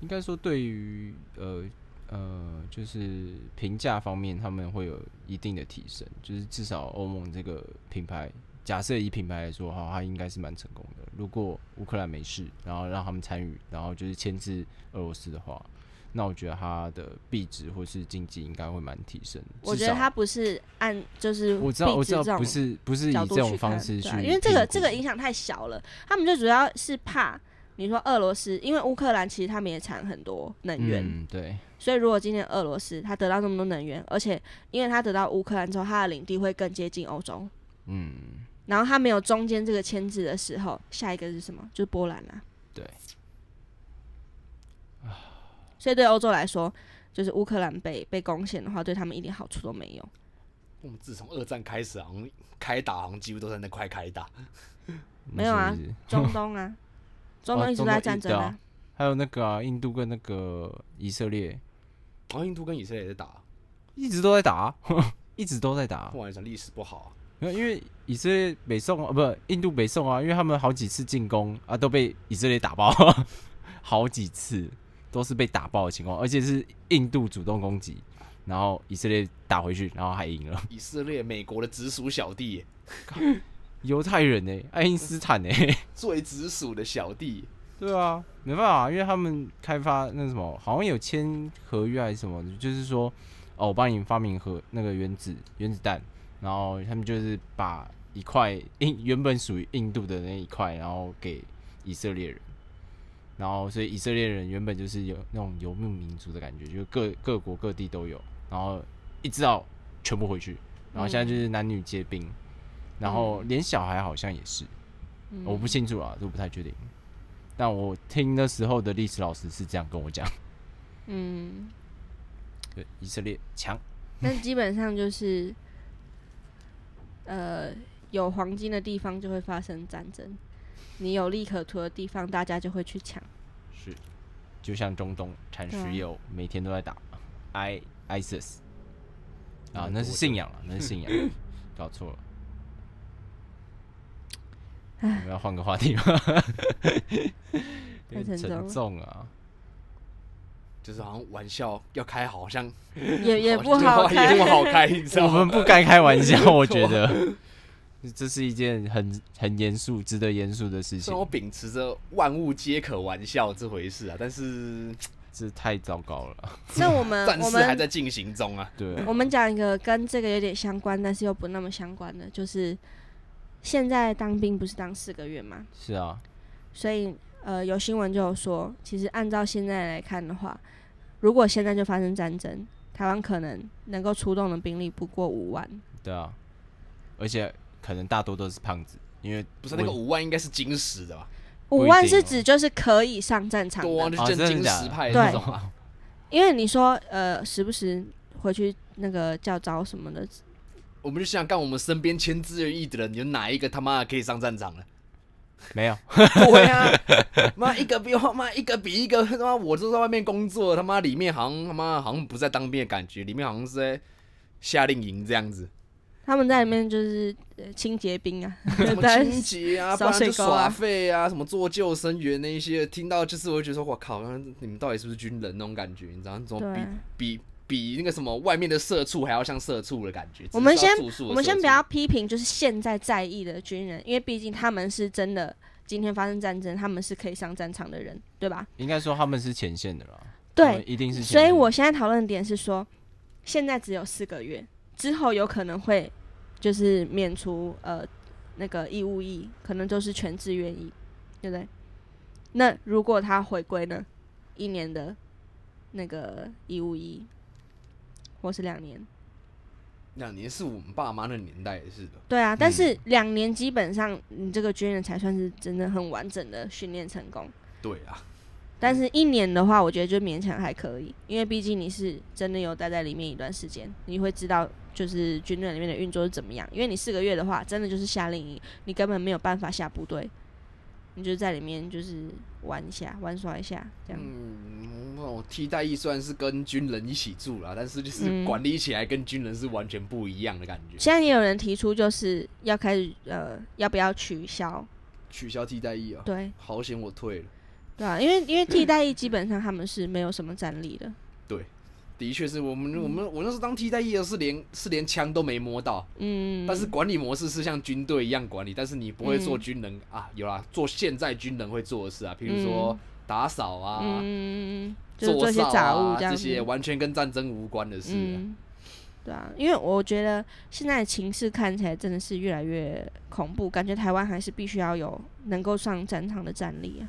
Speaker 2: 应该说对于呃呃，就是评价方面，他们会有一定的提升，就是至少欧盟这个品牌。假设以品牌来说的话，它应该是蛮成功的。如果乌克兰没事，然后让他们参与，然后就是牵制俄罗斯的话，那我觉得它的币值或是经济应该会蛮提升的。
Speaker 3: 我
Speaker 2: 至
Speaker 3: 觉得
Speaker 2: 少
Speaker 3: 它不是按就是
Speaker 2: 我知道我
Speaker 3: 壁
Speaker 2: 知
Speaker 3: 纸这
Speaker 2: 道
Speaker 3: 种
Speaker 2: 不是不是以
Speaker 3: 角
Speaker 2: 这
Speaker 3: 度
Speaker 2: 种
Speaker 3: 去
Speaker 2: 方
Speaker 3: 看，
Speaker 2: 式
Speaker 3: 对
Speaker 2: 去评
Speaker 3: 啊
Speaker 2: 估，
Speaker 3: 因为这个这个影响太小了，他们就主要是怕你说俄罗斯，因为乌克兰其实他们也产很多能源，
Speaker 2: 嗯对，
Speaker 3: 所以如果今年俄罗斯它得到那么多能源，而且因为它得到乌克兰之后，它的领地会更接近欧洲，
Speaker 2: 嗯
Speaker 3: 然后它没有中间这个牵制的时候，下一个是什么？就是波兰啦、啊
Speaker 2: 对，
Speaker 3: 所以对欧洲来说，就是乌克兰被被攻陷的话，对他们一点好处都没有。
Speaker 5: 我们自从二战开始，好像开打好像几乎都在那快开打。
Speaker 2: 你
Speaker 3: 没有
Speaker 2: 是
Speaker 3: 啊
Speaker 2: 不是
Speaker 3: 中 东啊，中
Speaker 2: 哦
Speaker 3: 东一直都
Speaker 2: 中
Speaker 3: 在
Speaker 2: 东
Speaker 3: 战
Speaker 2: 一
Speaker 3: 争
Speaker 2: 对
Speaker 3: 啊
Speaker 2: 啊。还有那个啊，印度跟那个以色列
Speaker 5: 然后印度跟以色列也在打，
Speaker 2: 一直都在打 啊，一直都在打啊。
Speaker 5: 不然讲历史不好啊、
Speaker 2: 没有因为以色列北宋啊，不，印度北宋啊，因为他们好几次进攻啊，都被以色列打爆， 好几次都是被打爆的情况，而且是印度主动攻击，然后以色列打回去，然后还赢了。
Speaker 5: 以色列美国的直属小弟耶，
Speaker 2: 犹太人呢、爱因斯坦呢、
Speaker 5: 最直属的小弟，
Speaker 2: 对啊，没办法，因为他们开发那什么，好像有签合约还是什么，就是说，哦，我帮你发明核那个原子原子弹，然后他们就是把一块印原本属于印度的那一块，然后给以色列人，然后所以以色列人原本就是有那种游牧民族的感觉，就是各各国各地都有，然后一直到全部回去，然后现在就是男女皆兵，然后连小孩好像也是，我不清楚啊，都不太确定。但我听那时候的历史老师是这样跟 我讲，
Speaker 3: 嗯，
Speaker 2: 对，以色列强，
Speaker 3: 但基本上就是，呃，有黄金的地方就会发生战争，你有利可图的地方，大家就会去抢。
Speaker 2: 是，就像中东产
Speaker 3: 对啊
Speaker 2: 石油，每天都在打，I ISIS，啊，
Speaker 5: 那
Speaker 2: 那
Speaker 5: 个
Speaker 2: 是
Speaker 5: 国
Speaker 2: 信仰啊，那是信 仰，搞错了。我们要换个话题吗？有
Speaker 3: 太沉重
Speaker 2: 点
Speaker 3: 了
Speaker 2: 沉重 啊，
Speaker 5: 就是好像玩笑要开好，好像
Speaker 3: 也也不
Speaker 5: 好
Speaker 3: 好
Speaker 5: 像 也
Speaker 3: 看
Speaker 5: 不。好开，你知
Speaker 2: 我
Speaker 5: 道
Speaker 2: 们
Speaker 5: 吗？
Speaker 2: 不该开玩笑，我 觉得这是一件很很严肃、值得严肃的事
Speaker 5: 虽
Speaker 2: 情
Speaker 5: 然。我秉持着万物皆可玩笑这回事啊，但
Speaker 3: 嗯
Speaker 5: 是
Speaker 2: 这太糟糕了。
Speaker 3: 那我们
Speaker 5: 战
Speaker 3: 我
Speaker 5: 事还
Speaker 3: 们
Speaker 5: 在进行中啊。
Speaker 2: 对 啊，
Speaker 3: 我们讲一个跟这个有点相关，但是又不那么相关的，就是现在当兵不是当四个月吗？
Speaker 2: 是啊，
Speaker 3: 所以呃，有新闻就有说，其实按照现在来看的话，如果现在就发生战争，台湾可能能够出动的兵力不过五万。
Speaker 2: 对啊，而且可能大多都是胖子，因为
Speaker 5: 不是那个
Speaker 2: 我
Speaker 5: 五万应该是金石的吧？
Speaker 3: 五
Speaker 2: 不一
Speaker 3: 万
Speaker 2: 定
Speaker 3: 是
Speaker 2: 哦
Speaker 3: 指就是可以上战场
Speaker 5: 多啊，
Speaker 3: 的，
Speaker 5: 就是
Speaker 2: 真的
Speaker 5: 正金
Speaker 2: 假的
Speaker 5: 石派的那种啊。
Speaker 3: 因为你说呃时不时回去那个教招什么的，
Speaker 5: 我们就想想看，我们身边签志愿役的人，有哪一个他妈的可以上战场了？ 啊
Speaker 2: 没有，
Speaker 5: 对啊，妈一个比我妈一个比一个他妈，我都在外面工作，他妈里面好像他妈好像不在当兵的感觉，里面好像是在夏令营这样子，
Speaker 3: 他们在里面就是、呃清洁兵啊，
Speaker 5: 什么
Speaker 3: 在
Speaker 5: 清洁啊，不
Speaker 3: 扫
Speaker 5: 然
Speaker 3: 水沟
Speaker 5: 就
Speaker 3: 啊
Speaker 5: 耍废啊，什么做救生员那一些，听到就是我会觉得说，我靠，你们到底是不是军人那种感觉？你知道，怎么
Speaker 3: 对。啊
Speaker 5: 比比比那个什么外面的社畜还要像社畜的感觉？
Speaker 3: 我们
Speaker 5: 只是要
Speaker 3: 先
Speaker 5: 住宿的
Speaker 3: 我们先
Speaker 5: 社畜
Speaker 3: 不要批评，就是现在在役的军人，因为毕竟他们是真的，今天发生战争，他们是可以上战场的人，对吧？
Speaker 2: 应该说他们是前线的啦。他
Speaker 3: 对
Speaker 2: 们，一定是前线。
Speaker 3: 所以我现在讨论的点是说，现在只有四个月，之后有可能会就是免除呃那个义务役，可能都是全志愿役，对不对？那如果他回归呢，一年的那个义务役，或是两年，
Speaker 5: 两年是我们爸妈那年代也是的，
Speaker 3: 对啊，但
Speaker 2: 嗯
Speaker 3: 是两年基本上你这个军人才算是真的很完整的训练成功。
Speaker 5: 对啊。
Speaker 3: 但是一年的话，我觉得就勉强还可以，因为毕竟你是真的有待在里面一段时间，你会知道就是军队里面的运作是怎么样。因为你四个月的话，真的就是夏令营，你根本没有办法下部队，你就在里面就是玩一下、玩耍一下这样。
Speaker 5: 嗯，我替代役虽然是跟军人一起住啦，但是就是
Speaker 3: 嗯
Speaker 5: 管理起来跟军人是完全不一样的感觉。
Speaker 3: 现在也有人提出就是要开始呃，要不要取消？
Speaker 5: 取消替代役啊，
Speaker 3: 对
Speaker 5: 好险我退了。
Speaker 3: 对啊，因为因为替代役基本上他们是没有什么战力的。
Speaker 5: 的确是我们、
Speaker 3: 嗯
Speaker 5: 我们我那时候当替代役的是连是连枪都没摸到，
Speaker 3: 嗯，
Speaker 5: 但是管理模式是像军队一样管理，但是你不会做军人、啊，有啦，做现在军人会做的事啊，譬如说打扫啊，
Speaker 3: 嗯，就是
Speaker 5: 做
Speaker 3: 这些
Speaker 5: 少
Speaker 3: 杂物
Speaker 5: 啊
Speaker 3: 这样
Speaker 5: 这
Speaker 3: 子
Speaker 5: 些完全跟战争无关的事。啊
Speaker 3: 嗯，对啊，因为我觉得现在的情势看起来真的是越来越恐怖，感觉台湾还是必须要有能够上战场的战力啊。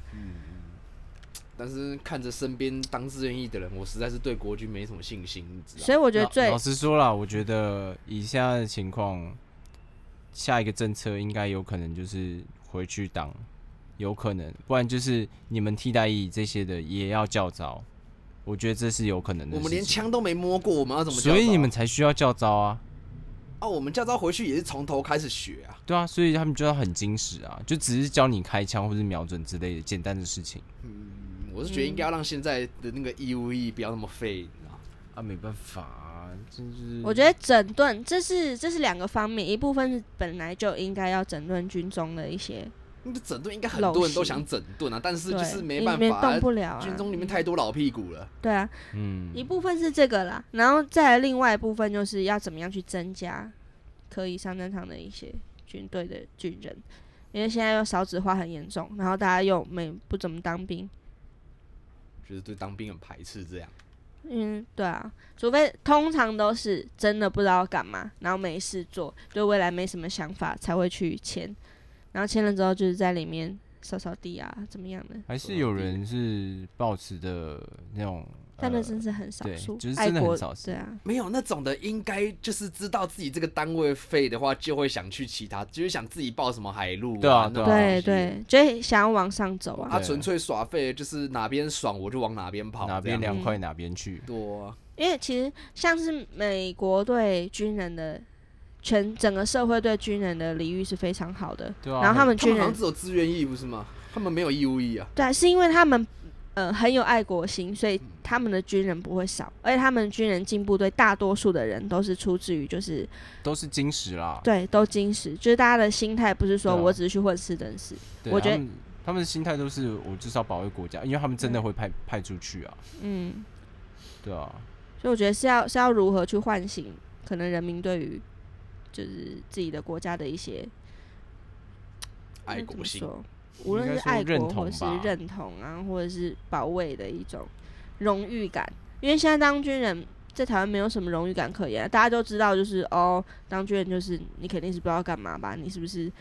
Speaker 5: 但是看着身边当志愿役的人，我实在是对国军没什么信心，你知道吗？
Speaker 3: 所以我觉得
Speaker 2: 老
Speaker 3: 最
Speaker 2: 老实说啦，我觉得以现在的情况，下一个政策应该有可能就是回去当，有可能，不然就是你们替代役这些的也要教招，我觉得这是有可能的
Speaker 5: 我
Speaker 2: 事情。
Speaker 5: 们连枪都没摸过，我们要怎么教招？
Speaker 2: 所以你们才需要教招啊，
Speaker 5: 啊，我们教招回去也是从头开始学啊。
Speaker 2: 对啊，所以他们就要很精实啊，就只是教你开枪或是瞄准之类的简单的事情
Speaker 5: 嗯我是觉得应该要让现在的那个义务役不要那么废，你知道吗？
Speaker 2: 啊，没办法、啊，这就是
Speaker 3: 我觉得整顿这是这是两个方面，一部分是本来就应该要整顿军中的一些，
Speaker 5: 那个整顿应该很多人都想整顿啊，但是
Speaker 3: 对，
Speaker 5: 就是没
Speaker 3: 因为
Speaker 5: 办
Speaker 3: 里面
Speaker 5: 法
Speaker 3: 动
Speaker 5: 啊，
Speaker 3: 不了、啊。
Speaker 5: 军中里面太多老屁股了。
Speaker 3: 对啊，
Speaker 2: 嗯
Speaker 3: 一部分是这个啦，然后再来另外一部分就是要怎么样去增加可以上战场的一些军队的军人，因为现在又少子化很严重，然后大家又没不怎么当兵，
Speaker 5: 就是对当兵很排斥这样。
Speaker 3: 嗯，对啊，除非通常都是真的不知道干嘛，然后没事做，对未来没什么想法才会去签，然后签了之后就是在里面扫扫地啊，怎么样的，
Speaker 2: 还是有人是保持的那种，
Speaker 3: 但那
Speaker 2: 呃
Speaker 3: 真是很少
Speaker 2: 对
Speaker 3: 数，
Speaker 2: 就是
Speaker 3: 爱
Speaker 2: 真的很
Speaker 3: 国
Speaker 2: 少数
Speaker 3: 对啊，
Speaker 5: 没有那种的，应该就是知道自己这个单位废的话，就会想去其他，就是想自己报什么海陆、
Speaker 2: 对啊
Speaker 5: 那种
Speaker 2: 啊
Speaker 3: 对
Speaker 5: 东西。
Speaker 3: 对，就是想要往上走啊，
Speaker 5: 啊，
Speaker 2: 对
Speaker 5: 纯粹耍废，就是哪边爽我就往哪边跑，
Speaker 2: 呃哪边
Speaker 5: 这样
Speaker 2: 凉快哪边去，
Speaker 5: 多啊、
Speaker 3: 因为其实像是美国对军人的全整个社会对军人的礼遇是非常好的，
Speaker 2: 对啊
Speaker 3: 然后他
Speaker 2: 很
Speaker 3: 们
Speaker 5: 他
Speaker 3: 军
Speaker 5: 们好
Speaker 3: 人
Speaker 5: 像只有自愿役不是吗？他们没有义务役啊。
Speaker 3: 对，是因为他们呃很有爱国心，所以他们的军人不会少，而且他们军人进步对大多数的人都是出自于就是
Speaker 2: 都是金石啦。
Speaker 3: 对都金石，就是大家的心态不是说
Speaker 2: 对啊
Speaker 3: 我只是去混吃等死，
Speaker 2: 对
Speaker 3: 我觉得
Speaker 2: 他们他们的心态都是我就是要保卫国家，因为他们真的会派派出去啊，
Speaker 3: 嗯，
Speaker 2: 对啊，
Speaker 3: 所以我觉得是要是要如何去唤醒可能人民对于就是自己的国家的一些
Speaker 5: 爱
Speaker 3: 那怎
Speaker 5: 国
Speaker 3: 么
Speaker 5: 哎心，
Speaker 3: 说，无论
Speaker 2: 应
Speaker 3: 是
Speaker 2: 该说
Speaker 3: 爱
Speaker 2: 认
Speaker 3: 国
Speaker 2: 同
Speaker 3: 或是
Speaker 2: 吧
Speaker 3: 认同啊，或者是保卫的一种荣誉感。因为现在当军人在台湾没有什么荣誉感可言啊、大家都知道，就是哦，当军人就是你肯定是不知道干嘛吧？你是不是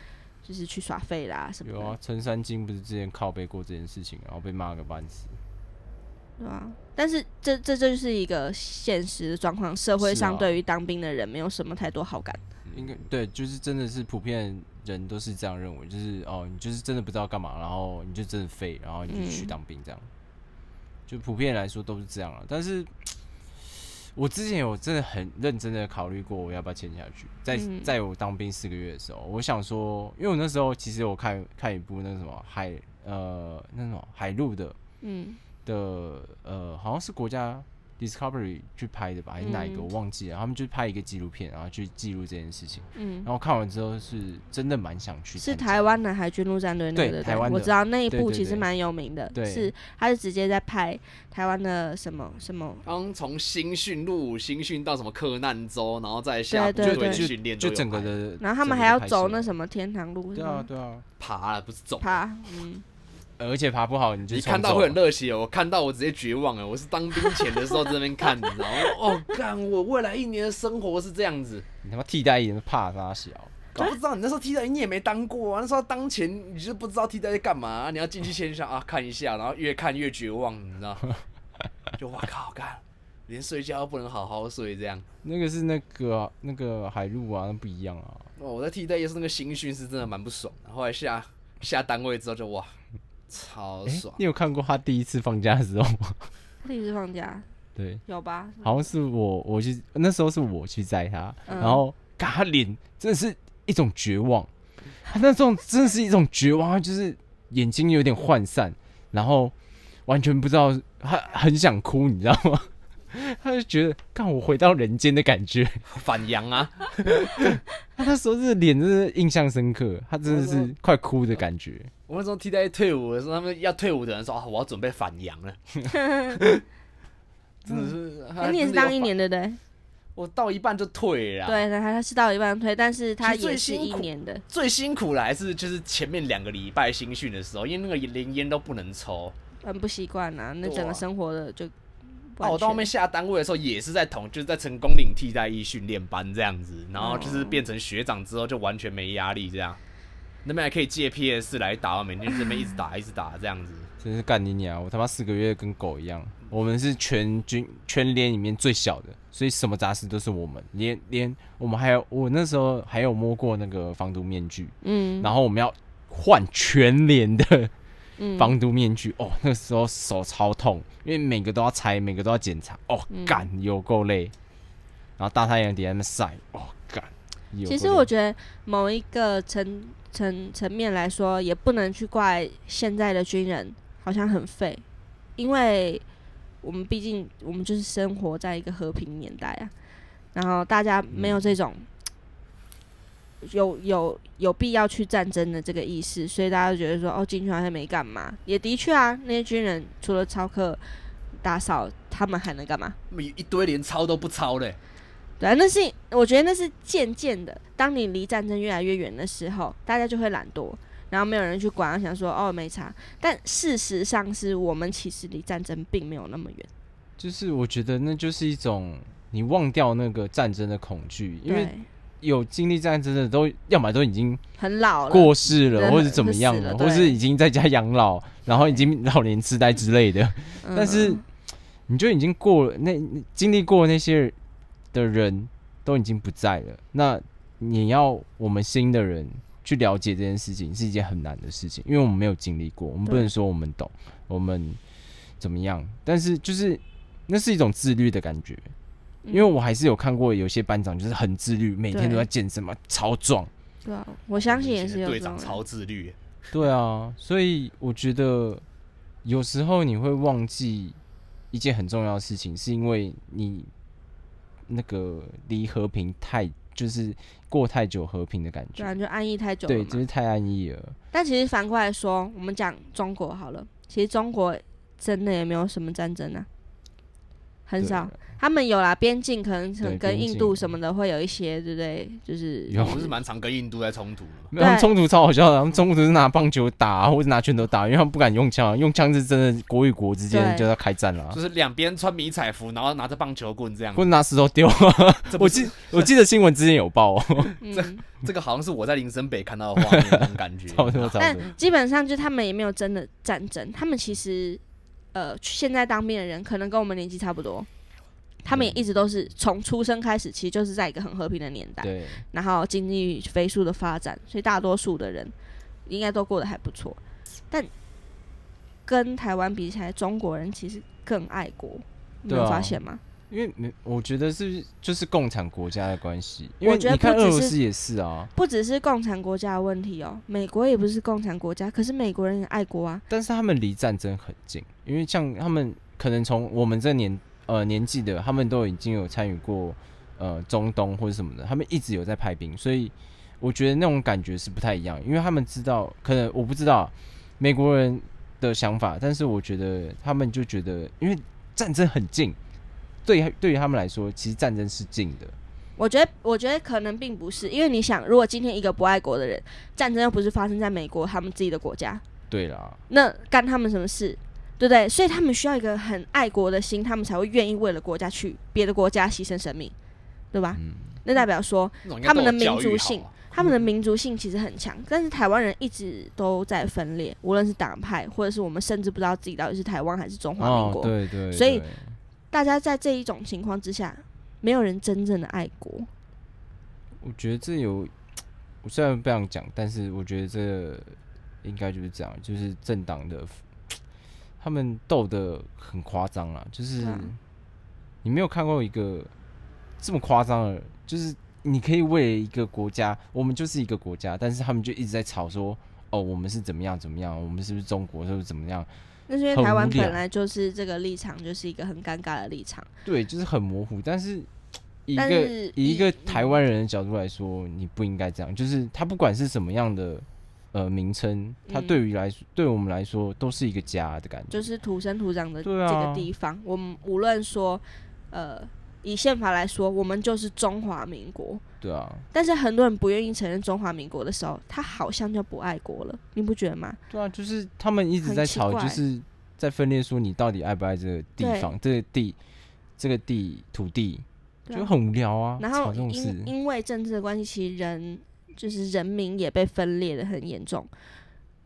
Speaker 3: 就是去耍废啦什么
Speaker 2: 有
Speaker 3: 的？
Speaker 2: 啊，陈三金不是之前靠背过这件事情，然后被骂个半死，
Speaker 3: 对啊，但是这这这就是一个现实的状况，社会
Speaker 2: 是
Speaker 3: 上
Speaker 2: 啊
Speaker 3: 对于当兵的人没有什么太多好感。
Speaker 2: 应该对，就是真的是普遍人都是这样认为，就是哦，你就是真的不知道干嘛，然后你就真的废，然后你就去
Speaker 3: 嗯
Speaker 2: 当兵这样，就普遍来说都是这样了。但是，我之前有真的很认真的考虑过我要不要签下去，在
Speaker 3: 嗯
Speaker 2: 在我当兵四个月的时候，我想说，因为我那时候其实我看看一部那个什么海呃那种海陆的
Speaker 3: 嗯
Speaker 2: 的呃，好像是国家 Discovery 去拍的吧，还是哪一个、
Speaker 3: 嗯
Speaker 2: 我忘记了。他们就拍一个纪录片，然后去记录这件事情。
Speaker 3: 嗯
Speaker 2: 然，后看完之后是真的蛮想去
Speaker 3: 是
Speaker 2: 参加
Speaker 3: 台湾南海军陆战队那个
Speaker 2: 对
Speaker 3: 对不
Speaker 2: 台湾的
Speaker 3: 我知道那一
Speaker 2: 对
Speaker 3: 部
Speaker 2: 对
Speaker 3: 其实
Speaker 2: 对
Speaker 3: 蛮有名的，
Speaker 2: 对
Speaker 3: 是他是直接在拍台湾的什么什么，
Speaker 5: 刚从新训入伍，新训到什么克难州，然后再下部
Speaker 3: 对对
Speaker 5: 队
Speaker 3: 对
Speaker 5: 训练都
Speaker 2: 就
Speaker 5: 有
Speaker 2: 整个
Speaker 5: 拍
Speaker 2: 的，
Speaker 3: 然后他们
Speaker 2: 整个
Speaker 3: 还要
Speaker 2: 的拍
Speaker 3: 走
Speaker 2: 摄
Speaker 3: 那什么天堂路，
Speaker 2: 对
Speaker 3: 是
Speaker 2: 啊
Speaker 3: 吗
Speaker 2: 对啊，
Speaker 5: 爬了，不是走。
Speaker 3: 爬，嗯，
Speaker 2: 呃而且爬不好你就
Speaker 5: 你
Speaker 2: 冲
Speaker 5: 看到
Speaker 2: 走
Speaker 5: 会很
Speaker 2: 了
Speaker 5: 热血，哦我看到我直接绝望了。我是当兵前的时候在那边看，你知道吗？ 哦，干，我未来一年的生活是这样子。
Speaker 2: 你他妈替代役怕他小，
Speaker 5: 搞不知道你那时候替代役你也没当过啊，那时候当前你就不知道替代在干嘛、你要进去先想啊看一下，然后越看越绝望，你知道？就哇靠，干，连睡觉都不能好好睡这样。
Speaker 2: 那个是那个啊、那个海陆啊，那不一样啊。
Speaker 5: 哦，我在替代役是那个新训是真的蛮不爽的，后来下下单位之后就哇，超
Speaker 2: 诶
Speaker 5: 爽。
Speaker 2: 你有看过他第一次放假的时候吗？
Speaker 3: 第一次放假
Speaker 2: 对，
Speaker 3: 有吧？
Speaker 2: 好像是我我去那时候是我去载他，
Speaker 3: 嗯
Speaker 2: 然后嘎他脸真的是一种绝望，他那种真的是一种绝望，他就是眼睛有点涣散，然后完全不知道他很想哭，你知道吗？ 他就觉得看我回到人间的感觉，
Speaker 5: 反阳啊，
Speaker 2: 他那时候是脸真的印象深刻，他真的是快哭的感觉。
Speaker 5: 我那时候替代役退伍的时候，他们要退伍的人说啊，我要准备反阳 了，真的是。
Speaker 3: 那
Speaker 5: 啊
Speaker 3: 嗯哎你也是
Speaker 5: 真的有
Speaker 3: 当一
Speaker 5: 反
Speaker 3: 年对不对？
Speaker 5: 我到一半就退了啊。
Speaker 3: 对，他他是到一半退，但是他
Speaker 5: 其实最
Speaker 3: 也是
Speaker 5: 辛
Speaker 3: 一
Speaker 5: 苦
Speaker 3: 年的，
Speaker 5: 最辛苦的还是就是前面两个礼拜新训的时候，因为那个连烟都不能抽，
Speaker 3: 很不习惯啊，那
Speaker 5: 对
Speaker 3: 整个
Speaker 5: 啊
Speaker 3: 生活的就完
Speaker 5: 啊，我到后面
Speaker 3: 全
Speaker 5: 下单位的时候也是在同，就是在成功领替代役训练班这样子，然后就是变成学长之后就完全没压力这样，那边还可以借 PS 来打，每天就这边一直打一直打这样子。
Speaker 2: 真是干你娘！我他妈四个月跟狗一样。我们是全军全连里面最小的，所以什么杂事都是我们。连连我们还有我那时候还有摸过那个防毒面具，
Speaker 3: 嗯
Speaker 2: 然后我们要换全连的
Speaker 3: 嗯
Speaker 2: 防毒面具。哦，那时候手超痛，因为每个都要拆，每个都要检查。
Speaker 3: 嗯
Speaker 2: 哦，干有够累。然后大太阳底下那边晒，哦干。有
Speaker 3: 其
Speaker 2: 够
Speaker 3: 实
Speaker 2: 累
Speaker 3: 我觉得某一个层层层面来说，也不能去怪现在的军人好像很废，因为我们毕竟我们就是生活在一个和平年代啊，然后大家没
Speaker 2: 嗯
Speaker 3: 有这种。有有有必要去战争的这个意识，所以大家就觉得说，哦，进去好像没干嘛。也的确啊，那些军人除了操课、打扫，他们还能干嘛？
Speaker 5: 一一堆连抄都不抄嘞、
Speaker 3: 对啊，那是我觉得那是渐渐的，当你离战争越来越远的时候，大家就会懒惰，然后没有人去管，想说哦没差。但事实上是我们其实离战争并没有那么远。
Speaker 2: 就是我觉得那就是一种你忘掉那个战争的恐惧，因为
Speaker 3: 对，
Speaker 2: 有经历战争的都要么都已经
Speaker 3: 很老了。
Speaker 2: 过世了，
Speaker 3: 人
Speaker 2: 或者怎么样
Speaker 3: 死
Speaker 2: 了，
Speaker 3: 了
Speaker 2: 或
Speaker 3: 对
Speaker 2: 是已经在家养老，然后已经老年痴呆之类的。
Speaker 3: 嗯
Speaker 2: 但是你就已经过了那那经历过那些的人都已经不在了，那你要我们新的人去了解这件事情是一件很难的事情，因为我们没有经历过，我们不
Speaker 3: 对
Speaker 2: 能说我们懂，我们怎么样，但是就是那是一种自律的感觉。因为我还是有看过有些班长就是很自律，每天
Speaker 3: 嗯对
Speaker 2: 都在健身嘛，超壮。
Speaker 3: 对啊，我相信也是有
Speaker 5: 队
Speaker 3: 这
Speaker 5: 长
Speaker 3: 种人。
Speaker 5: 超自律，
Speaker 2: 对啊，所以我觉得有时候你会忘记一件很重要的事情，是因为你那个离和平太就是过太久和平的感
Speaker 3: 对啊，
Speaker 2: 觉，
Speaker 3: 就安逸太久了
Speaker 2: 对，
Speaker 3: 嘛。
Speaker 2: 就是太安逸了。
Speaker 3: 但其实反过来说，我们讲中国好了，其实中国真的也没有什么战争啊，很
Speaker 2: 对
Speaker 3: 少。他们有啦，边境可能可能
Speaker 2: 对
Speaker 3: 跟
Speaker 2: 边
Speaker 3: 印度
Speaker 2: 境
Speaker 3: 什么的会有一些，对不对？就是
Speaker 2: 有
Speaker 5: 不是蛮常跟印度在冲突的吗？
Speaker 2: 没有他们
Speaker 3: 对
Speaker 2: 冲突超好笑的，他们冲突是拿棒球打、或者拿拳头打，因为他们不敢 用枪，啊用枪是真的国与国之间
Speaker 3: 对
Speaker 2: 就要开战了啊、
Speaker 5: 就是两边穿迷彩服，然后拿着棒球棍这样
Speaker 2: 或。者拿石头 丢啊。
Speaker 5: 这不
Speaker 2: 我
Speaker 5: 是
Speaker 2: 记我记得新闻之前有报、哦，
Speaker 3: 嗯，
Speaker 5: 这个好像是我在林森北看到的画面那种感觉。
Speaker 2: 差不多差不
Speaker 3: 但
Speaker 2: 多。
Speaker 3: 基本上就他们也没有真的战争，他们其实呃现在当兵的人可能跟我们年纪差不多，他们也一直都是从出生开始，其实就是在一个很和平的年代，
Speaker 2: 对，
Speaker 3: 然后经历飞速的发展，所以大多数的人应该都过得还不错。但跟台湾比起来，中国人其实更爱国，你没
Speaker 2: 对
Speaker 3: 有
Speaker 2: 啊
Speaker 3: 发现吗？
Speaker 2: 因为没，我觉得是就是共产国家的关系，因为
Speaker 3: 我觉得
Speaker 2: 你看
Speaker 3: 不只
Speaker 2: 俄
Speaker 3: 是
Speaker 2: 罗斯也是啊，
Speaker 3: 不只是共产国家的问题哦，美国也不是共产国家，可是美国人也爱国啊。
Speaker 2: 但是他们离战争很近，因为像他们可能从我们这年呃年纪的，他们都已经有参与过呃中东或者什么的，他们一直有在派兵，所以我觉得那种感觉是不太一样，因为他们知道，可能我不知道美国人的想法，但是我觉得他们就觉得，因为战争很近，对于对于他们来说，其实战争是近的，
Speaker 3: 我觉得，我觉得可能并不是，因为你想，如果今天一个不爱国的人，战争又不是发生在美国他们自己的国家，
Speaker 2: 对啦，
Speaker 3: 那干他们什么事，对不对？所以他们需要一个很爱国的心，他们才会愿意为了国家去别的国家牺牲生命，对吧？
Speaker 2: 嗯
Speaker 3: 那代表说
Speaker 5: 那种应该
Speaker 3: 他们的
Speaker 5: 都有教
Speaker 3: 民族
Speaker 5: 育好
Speaker 3: 性
Speaker 5: 啊，
Speaker 3: 他们的民族性其实很强，但是台湾人一直都在分裂，无论是党派，或者是我们甚至不知道自己到底是台湾还是中华民
Speaker 2: 哦，
Speaker 3: 国。
Speaker 2: 对对，
Speaker 3: 所以
Speaker 2: 对
Speaker 3: 大家在这一种情况之下，没有人真正的爱国。
Speaker 2: 我觉得这有，我虽然不想讲，但是我觉得这应该就是这样，就是政党的他们斗的很夸张啦，就是
Speaker 3: 对啊
Speaker 2: 你没有看过一个这么夸张的，就是你可以为了一个国家，我们就是一个国家，但是他们就一直在吵说，哦，我们是怎么样怎么样，我们是不是中国是不是怎么样？
Speaker 3: 那是因为
Speaker 2: 很
Speaker 3: 台湾
Speaker 2: 无聊
Speaker 3: 本来就是这个立场，就是一个很尴尬的立场。
Speaker 2: 对，就是很模糊，但是。以一
Speaker 3: 但
Speaker 2: 个
Speaker 3: 是
Speaker 2: 以一
Speaker 3: 一
Speaker 2: 个台湾人的角度来说，你不应该这样。就是他不管是什么样的呃名称，他
Speaker 3: 嗯
Speaker 2: 对于来说，对我们来说都是一个家的感觉。
Speaker 3: 就是土生土长的这
Speaker 2: 对啊
Speaker 3: 个地方，我们无论说，呃，以宪法来说，我们就是中华民国。
Speaker 2: 对啊，
Speaker 3: 但是很多人不愿意承认中华民国的时候，他好像就不爱国了，你不觉得吗？
Speaker 2: 对啊，就是他们一直
Speaker 3: 很
Speaker 2: 在
Speaker 3: 奇
Speaker 2: 吵，就
Speaker 3: 怪
Speaker 2: 是在分裂说你到底爱不爱这个地方、这个地、这个地土地，
Speaker 3: 对啊
Speaker 2: 就很无聊啊。
Speaker 3: 然
Speaker 2: 吵
Speaker 3: 后
Speaker 2: 这种
Speaker 3: 因
Speaker 2: 事，
Speaker 3: 因为政治的关系，其实人就是人民也被分裂的很严重，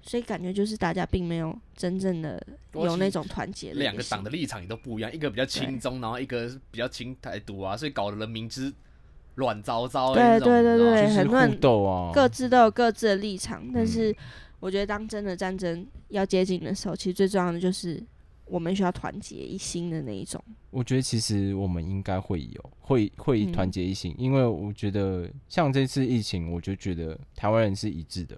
Speaker 3: 所以感觉就是大家并没有真正的
Speaker 5: 对啊
Speaker 3: 有
Speaker 5: 其
Speaker 3: 那
Speaker 5: 实
Speaker 3: 种团结的
Speaker 5: 两
Speaker 3: 一
Speaker 5: 个
Speaker 3: 心
Speaker 5: 党的立场也都不一样，一个比较亲中，然后一个比较亲台独啊，所以搞得人民之乱糟糟的那
Speaker 3: 对
Speaker 5: 种。
Speaker 3: 对对
Speaker 5: 你知道吗
Speaker 3: 对
Speaker 2: 就是
Speaker 3: 很多人
Speaker 2: 互斗啊，
Speaker 3: 各自都有各自的立场，
Speaker 2: 嗯
Speaker 3: 但是我觉得当真的战争要接近的时候，其实最重要的就是我们需要团结一心的那一种。
Speaker 2: 我觉得其实我们应该会有，会会
Speaker 3: 嗯
Speaker 2: 团结一心，因为我觉得像这次疫情，我就觉得台湾人是一致的，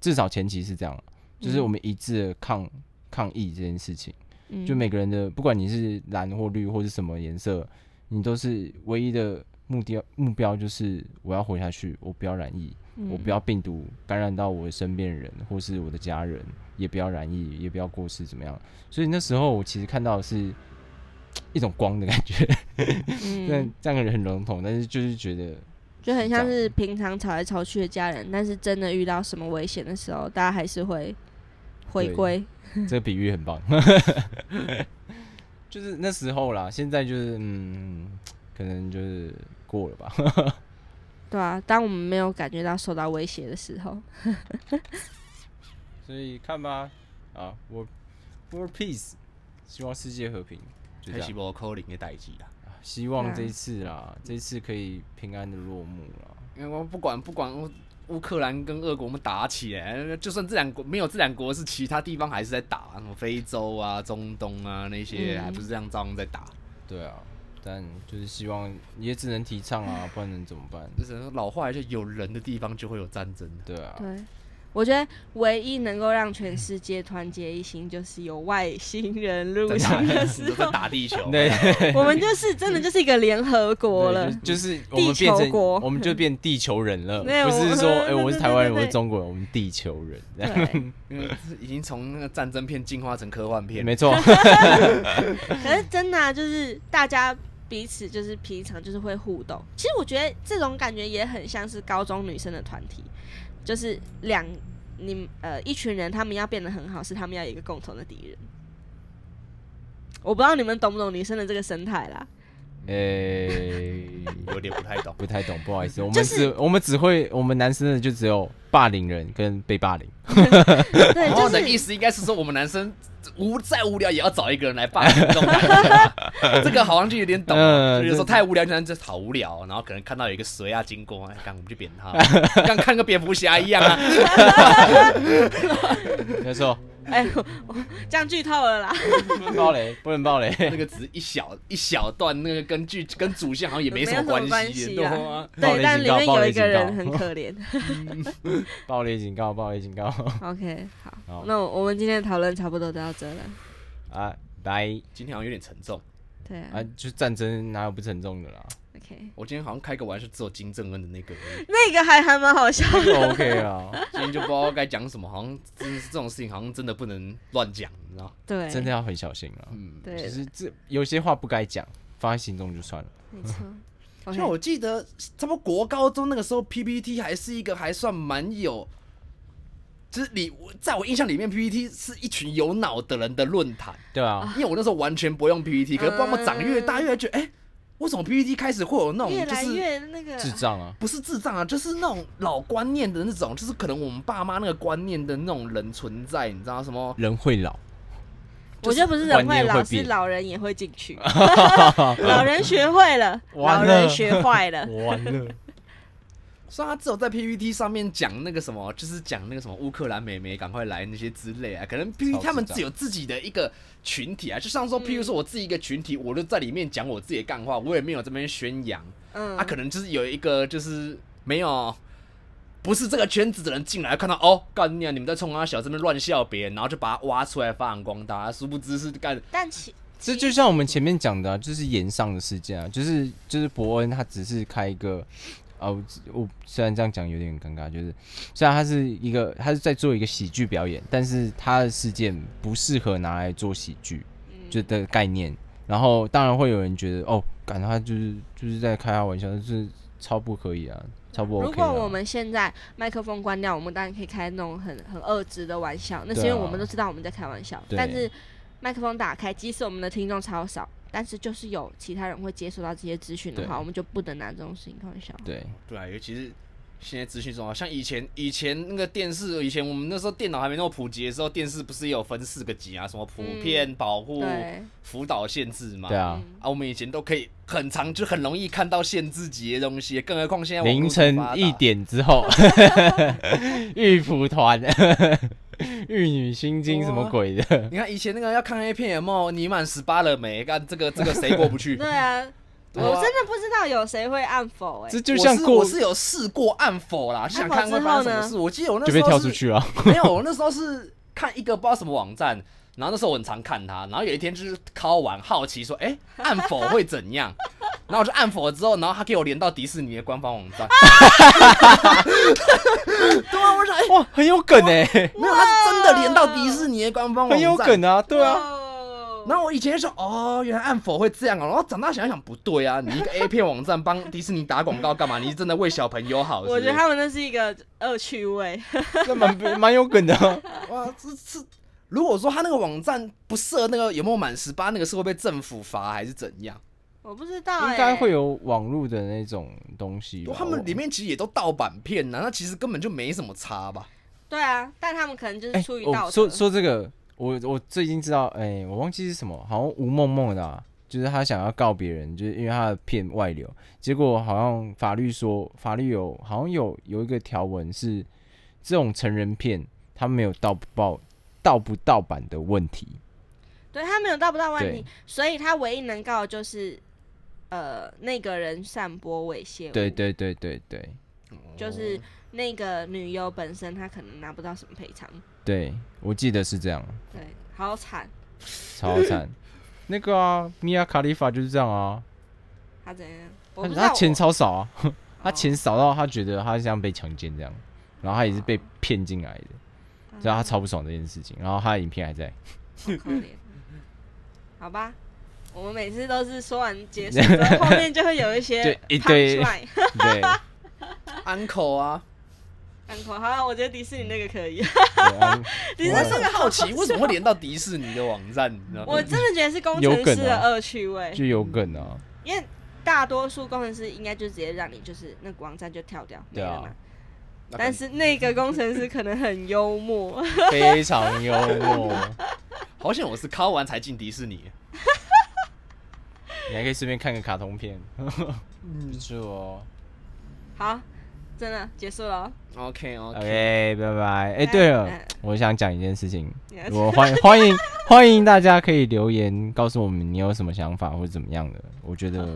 Speaker 2: 至少前期是这样啊，就是我们一致的抗抗议这件事情，
Speaker 3: 嗯，
Speaker 2: 就每个人的不管你是蓝或绿或是什么颜色，你都是唯一的目的目标就是我要活下去，我不要染疫，我不
Speaker 3: 要
Speaker 2: 要病毒感染到我身边的人或是我的家人，也不要染疫，也不要过世，怎么样？所以那时候我其实看到的是一种光的感觉， 那、
Speaker 3: 嗯，
Speaker 2: 这样很笼统，但是就是觉得
Speaker 3: 就很像
Speaker 2: 这样
Speaker 3: 是平常吵来吵去的家人，但是真的遇到什么危险的时候，大家还是会回
Speaker 2: 对
Speaker 3: 归。
Speaker 2: 这个比喻很棒， 就是那时候啦，现在就是嗯，可能就是过了吧，
Speaker 3: 对啊，当我们没有感觉到受到威胁的时候，
Speaker 2: 所以看吧，啊，world world peace，希望世界和平，就这
Speaker 5: 还
Speaker 2: 样
Speaker 5: 是。无可能的代志啦。
Speaker 2: 希望
Speaker 3: 对啊
Speaker 2: 这一次啦，这一次可以平安的落幕啦。
Speaker 5: 因为嗯我不管不管乌乌克兰跟俄国我们打起来，就算这两国没有这两国是其他地方还是在打，什么非洲啊、中东啊那些，
Speaker 3: 嗯
Speaker 5: 还不是这样照样在打。
Speaker 2: 对啊，但就是希望也只能提倡啊，不然能怎么办？
Speaker 5: 就是老话一句，有人的地方就会有战争。
Speaker 2: 对啊，
Speaker 3: 对。我觉得唯一能够让全世界团结一心，就是有外星人入侵的时
Speaker 5: 都
Speaker 3: 候
Speaker 5: 在，打地球，
Speaker 2: 对，
Speaker 3: 我们就是真的就是一个联合啊国了
Speaker 2: 对。就就是我们变
Speaker 3: 地球
Speaker 2: 成
Speaker 3: 国
Speaker 2: 我们就变地球 人了，
Speaker 3: 对
Speaker 2: 不是说
Speaker 3: 我
Speaker 2: 哎、我是台湾人，
Speaker 3: 对对对对
Speaker 2: 我是中国人，我们地球人，
Speaker 3: 对，
Speaker 5: 因为已经从那个战争片进化成科幻片。
Speaker 2: 没错，
Speaker 3: 可是真的啊、就是大家彼此就是平常就是会互动。其实我觉得这种感觉也很像是高中女生的团体，就是两你们呃一群人，他们要变得很好，是他们要有一个共同的敌人。我不知道你们懂不懂女生的这个生态啦，
Speaker 2: 哎、
Speaker 5: 有点不太懂，
Speaker 2: 不太懂，不好意思，我们
Speaker 3: 就
Speaker 2: 只、
Speaker 3: 是
Speaker 2: 我们只会我们男生的就只有霸凌人跟被霸 凌，
Speaker 3: 对，
Speaker 5: 然
Speaker 3: 就
Speaker 5: 后
Speaker 3: 是哦
Speaker 5: 的意思应该是说，我们男生无再无聊也要找一个人来霸凌这种感觉吧。 这个好像就有点懂啊，
Speaker 2: 嗯
Speaker 5: 就是说
Speaker 2: 对
Speaker 5: 太无聊，就男生好无聊，然后可能看到有一个蛇呀经过，哎，干我们去扁他， 跟看个蝙蝠侠一样啊。
Speaker 2: 没错，
Speaker 3: 哎、我我这样剧透了 啦。
Speaker 2: 不能暴雷，不能暴雷，
Speaker 5: 那个只是一小一小段，那个跟剧跟主线好像也没什么
Speaker 3: 没有什么关
Speaker 5: 关系，哦
Speaker 3: 系
Speaker 5: 对
Speaker 3: 啊
Speaker 5: 吗？
Speaker 2: 暴
Speaker 3: 对，
Speaker 2: 雷
Speaker 3: 但
Speaker 2: 警
Speaker 3: 里
Speaker 2: 告
Speaker 3: 面
Speaker 2: 暴
Speaker 3: 有
Speaker 2: 雷
Speaker 3: 一个
Speaker 2: 警告
Speaker 3: 人很可 怜。
Speaker 2: 暴雷警告，暴雷警告，
Speaker 3: OK，好，
Speaker 2: 好
Speaker 3: 那我我们今天的讨论差不多都到这了。
Speaker 2: 啊，拜
Speaker 5: 今天好像有点沉重，
Speaker 3: 对啊
Speaker 2: 啊，就战争哪有不沉重的 啦
Speaker 3: o k
Speaker 5: 我今天好像开个玩笑，只有金正恩的那个而已。
Speaker 3: 那个还还蛮好笑
Speaker 2: 这个，OK 啊，
Speaker 5: 今天就不知道该讲什么，好像真是这种事情，好像真的不能乱讲，你知道？
Speaker 3: 对，
Speaker 2: 真的要很小心啊了。
Speaker 5: 嗯，
Speaker 3: 对，
Speaker 2: 其实这有些话不该讲，放在心中就算了。
Speaker 3: 没错。OK，
Speaker 2: 嗯
Speaker 5: 像我记得，差不多国高中那个时候，PPT 还是一个还算蛮有，就是你我在我印象里面，PPT 是一群有脑的人的论坛，
Speaker 2: 对啊，
Speaker 5: 因为我那时候完全不用
Speaker 3: 嗯
Speaker 5: PPT，可是不知道为什么长越大越来觉得，哎、为什么 PPT 开始会有那
Speaker 3: 越
Speaker 5: 种就
Speaker 3: 来
Speaker 5: 是。
Speaker 3: 越那个
Speaker 2: 智障啊，
Speaker 5: 不是智障啊，就是那种老观念的那种，就是可能我们爸妈那个观念的那种人存在，你知道什么？
Speaker 2: 人会老，
Speaker 3: 我觉得不是人
Speaker 2: 观念会
Speaker 3: 老，是
Speaker 2: 变
Speaker 3: 老人也会进 去。老人学会了，
Speaker 2: 完
Speaker 3: 老
Speaker 2: 了
Speaker 3: 人学坏了。
Speaker 2: 完了。
Speaker 5: 虽然他只有在 PPT 上面讲那个什么，就是讲那个什么乌克兰美眉赶快来那些之类啊，可能 PPT 他们只有自己的一个群体啊，就像说，譬如说我自己一个群体，我就在里面讲我自己的干话，我也没有这边宣扬，
Speaker 3: 嗯，
Speaker 5: 啊，可能就是有一个就是没有。不是这个圈子的人进来看到哦，干你啊！你们在冲啊小这边乱笑别人，然后就把他挖出来发扬光大，殊不知是干
Speaker 3: 但其
Speaker 2: 这就像我们前面讲的、啊，就是延上的事件啊，就是就是伯恩他只是开一个，啊，我我虽然这样讲有点尴尬，就是虽然他是一个他是在做一个喜剧表演，但是他的事件不适合拿来做喜剧，
Speaker 3: 嗯
Speaker 2: 就的概念。然后当然会有人觉得哦，感他就是就是在开他玩笑，就是超不可以啊，超不 OK 啊、
Speaker 3: 如果我们现在麦克风关掉，我们当然可以开那种很很恶质的玩笑，那是因为
Speaker 2: 对啊
Speaker 3: 我们都知道我们在开玩笑。
Speaker 2: 对
Speaker 3: 但是麦克风打开，即使我们的听众超少，但是就是有其他人会接收到这些资讯的话，
Speaker 2: 对
Speaker 3: 我们就不能拿这种事情开玩笑。
Speaker 2: 对，
Speaker 5: 对啊，尤其是现在资讯重要，像以前以前那个电视，以前我们那时候电脑还没那么普及的时候，电视不是也有分四个级啊，什么普遍、保护、
Speaker 3: 对，
Speaker 5: 辅导、限制嘛？
Speaker 2: 对啊，
Speaker 5: 啊，我们以前都可以很长，就很容易看到限制级的东西，更何况现在网络
Speaker 2: 凌晨
Speaker 5: 这么发达
Speaker 2: 一，点 之后，玉蒲团、 玉女心
Speaker 5: 哦
Speaker 2: 经什么鬼的，
Speaker 5: 你看以前那个要看 A 片有没有？你满十八了没？看这个这个谁过不 去？
Speaker 3: 对啊，
Speaker 5: 对啊
Speaker 3: 我真的不知道有谁会按否哎、
Speaker 2: 这
Speaker 3: 欸，
Speaker 2: 就像过
Speaker 5: 我是我是有试过按否啦，就想看会发生什么
Speaker 3: 按否之
Speaker 5: 事。我记得我那
Speaker 2: 就
Speaker 5: 时
Speaker 2: 被
Speaker 5: 候
Speaker 2: 跳
Speaker 5: 是
Speaker 2: 出去了。
Speaker 5: 没有，我那时候是看一个不知道什么网站，然后那时候我很常看它，然后有一天就是敲完好奇说，哎、按否会怎样？ 然后我就按否了之后，然后他给我连到迪士尼的官方网 站，啊
Speaker 2: 哇，很有梗哎、
Speaker 5: 没有，他是真的连到迪士尼的官 方网站，
Speaker 2: 很有梗啊，对啊，
Speaker 3: 哦
Speaker 5: 然后我以前就说，哦，原来按否会这样哦、然后长大想一想不对啊，你一个 A 片网站帮迪士尼打广告干嘛？你是真的为小朋友好是不
Speaker 3: 我
Speaker 5: 是？
Speaker 3: 觉得他们那是一个恶趣味，
Speaker 5: 啊
Speaker 2: 这蛮蛮有梗的 啊、
Speaker 5: 哇，这是如果说他那个网站不设那个有没有满十八，那个是会被政府罚还是怎样？
Speaker 3: 我不知道、欸，
Speaker 2: 应该会有网络的那种东西吧。
Speaker 5: 他们
Speaker 2: 我
Speaker 5: 里面其实也都盗版片啊呐、那其实根本就没什么差吧？
Speaker 3: 对啊，但他们可能就是
Speaker 2: 哎、
Speaker 3: 出于道
Speaker 2: 我
Speaker 3: 德。
Speaker 2: 说说这个，我我最近知道，哎、我忘记是什么，好像吴梦梦的、啊，就是她想要告别人，就是因为她的片外流，结果好像法律说，法律有好像有有一个条文是这种成人片，他没有盗不盗盗不盗版的问题，
Speaker 3: 对他没有到不到问题
Speaker 2: 对，
Speaker 3: 所以他唯一能告的就是，呃，那个人散播猥亵物，
Speaker 2: 对，对对对对
Speaker 3: 就是那个女优本身，她可能拿不到什么赔偿，
Speaker 2: 对，我记得是这样，
Speaker 3: 对，好惨，
Speaker 2: 超惨。那个啊，米娅卡利法就是这样啊，
Speaker 3: 她怎样？我
Speaker 2: 他
Speaker 3: 不知道
Speaker 2: 他钱
Speaker 3: 我
Speaker 2: 超少啊，他
Speaker 3: 哦
Speaker 2: 钱少到他觉得他像被强奸这样，然后他也是被骗进来的，
Speaker 3: 嗯
Speaker 2: 所以他超不爽这件事情。然后他的影片还在，
Speaker 3: 好可 怜，好吧。我们每次都是说完结束 之后，后面就会有一些
Speaker 2: 对一堆
Speaker 3: punchline
Speaker 2: 对，
Speaker 5: uncle 啊，
Speaker 3: 很恐。好了，我觉得迪士尼那个可以，
Speaker 2: 对啊
Speaker 3: 迪士
Speaker 5: 我
Speaker 3: 尼
Speaker 5: 真的好奇为什么会连到迪士尼的网站，你知道吗？
Speaker 3: 我真的觉得是工
Speaker 2: 有
Speaker 3: 程
Speaker 2: 梗
Speaker 3: 师
Speaker 2: 啊
Speaker 3: 的恶趣味，
Speaker 2: 就有梗啊，
Speaker 3: 因为大多数工程师应该就直接让你就是那个网站就跳掉，没
Speaker 2: 对啊
Speaker 3: 了嘛。
Speaker 5: 那可能
Speaker 3: 但是那个工程师可能很幽默，
Speaker 2: 非常幽默。
Speaker 5: 好险我是敲完才进迪士尼，
Speaker 2: 你还可以顺便看个卡通片，不错哦。
Speaker 3: 好，真的结束了哦。
Speaker 5: OK OK，,
Speaker 2: OK，拜拜。
Speaker 3: 拜
Speaker 2: 哎，对了
Speaker 3: 拜，
Speaker 2: 我想讲一件事情
Speaker 3: 你要，
Speaker 2: 我欢迎欢迎欢迎大家可以留言告诉我们你有什么想法或者怎么样的。我觉得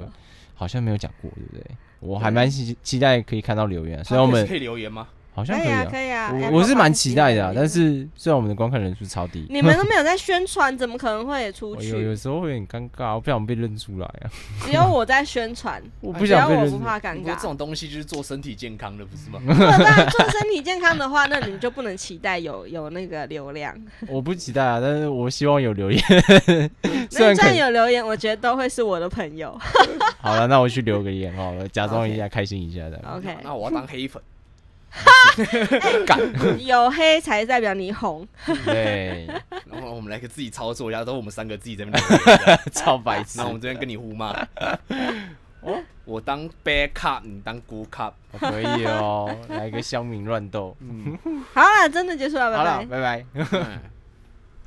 Speaker 2: 好像没有讲过，对不对？我还蛮期期待可以看到留言啊，虽然我们
Speaker 5: 可以留言吗？
Speaker 2: 好像
Speaker 3: 以
Speaker 2: 以
Speaker 3: 啊，可以啊。Apple
Speaker 2: 我我是蛮期待的啊
Speaker 3: Podcast，
Speaker 2: 但是虽然我们的观看人数超低，
Speaker 3: 你们都没有在宣传，怎么可能会嗯出
Speaker 2: 我有有
Speaker 3: 去？
Speaker 2: 时候会很尴尬，我不想被认出来 啊，
Speaker 3: 只有我在宣传，
Speaker 2: 我
Speaker 5: 哎
Speaker 2: 不
Speaker 3: 只
Speaker 2: 想
Speaker 3: 有
Speaker 2: 被
Speaker 3: 我
Speaker 2: 认
Speaker 3: 不
Speaker 2: 出
Speaker 3: 怕
Speaker 2: 来。
Speaker 3: 尴
Speaker 5: 不过 这
Speaker 3: 尬。
Speaker 5: 种东西就是做身体健康的，不是吗？
Speaker 3: 如果大家做身体健康的话，那你们就不能期待有有那个流 量。
Speaker 2: 我不期待啊，但是我希望 有留言。虽
Speaker 3: 那
Speaker 2: 然可
Speaker 3: 战
Speaker 2: 以
Speaker 3: 友留言，我觉得都会是我的朋友。
Speaker 2: 好了，那我去留个言好了，假 装一下开心一下的。
Speaker 3: OK，
Speaker 5: 那我要当黑粉，
Speaker 3: 有黑才代表你红。
Speaker 2: 对，
Speaker 5: 然后我们来个自己操作一下，都我们三个自己在那边留言这样，
Speaker 2: 超白 痴
Speaker 5: 然后。我们这边跟你互骂。哦，我当 bad cup，你当 good cup。
Speaker 2: 可以哦，来个乡民乱斗。
Speaker 3: 好了，真的结束了，拜
Speaker 2: 好了，
Speaker 3: 嗯拜。
Speaker 2: 拜拜。
Speaker 5: 嗯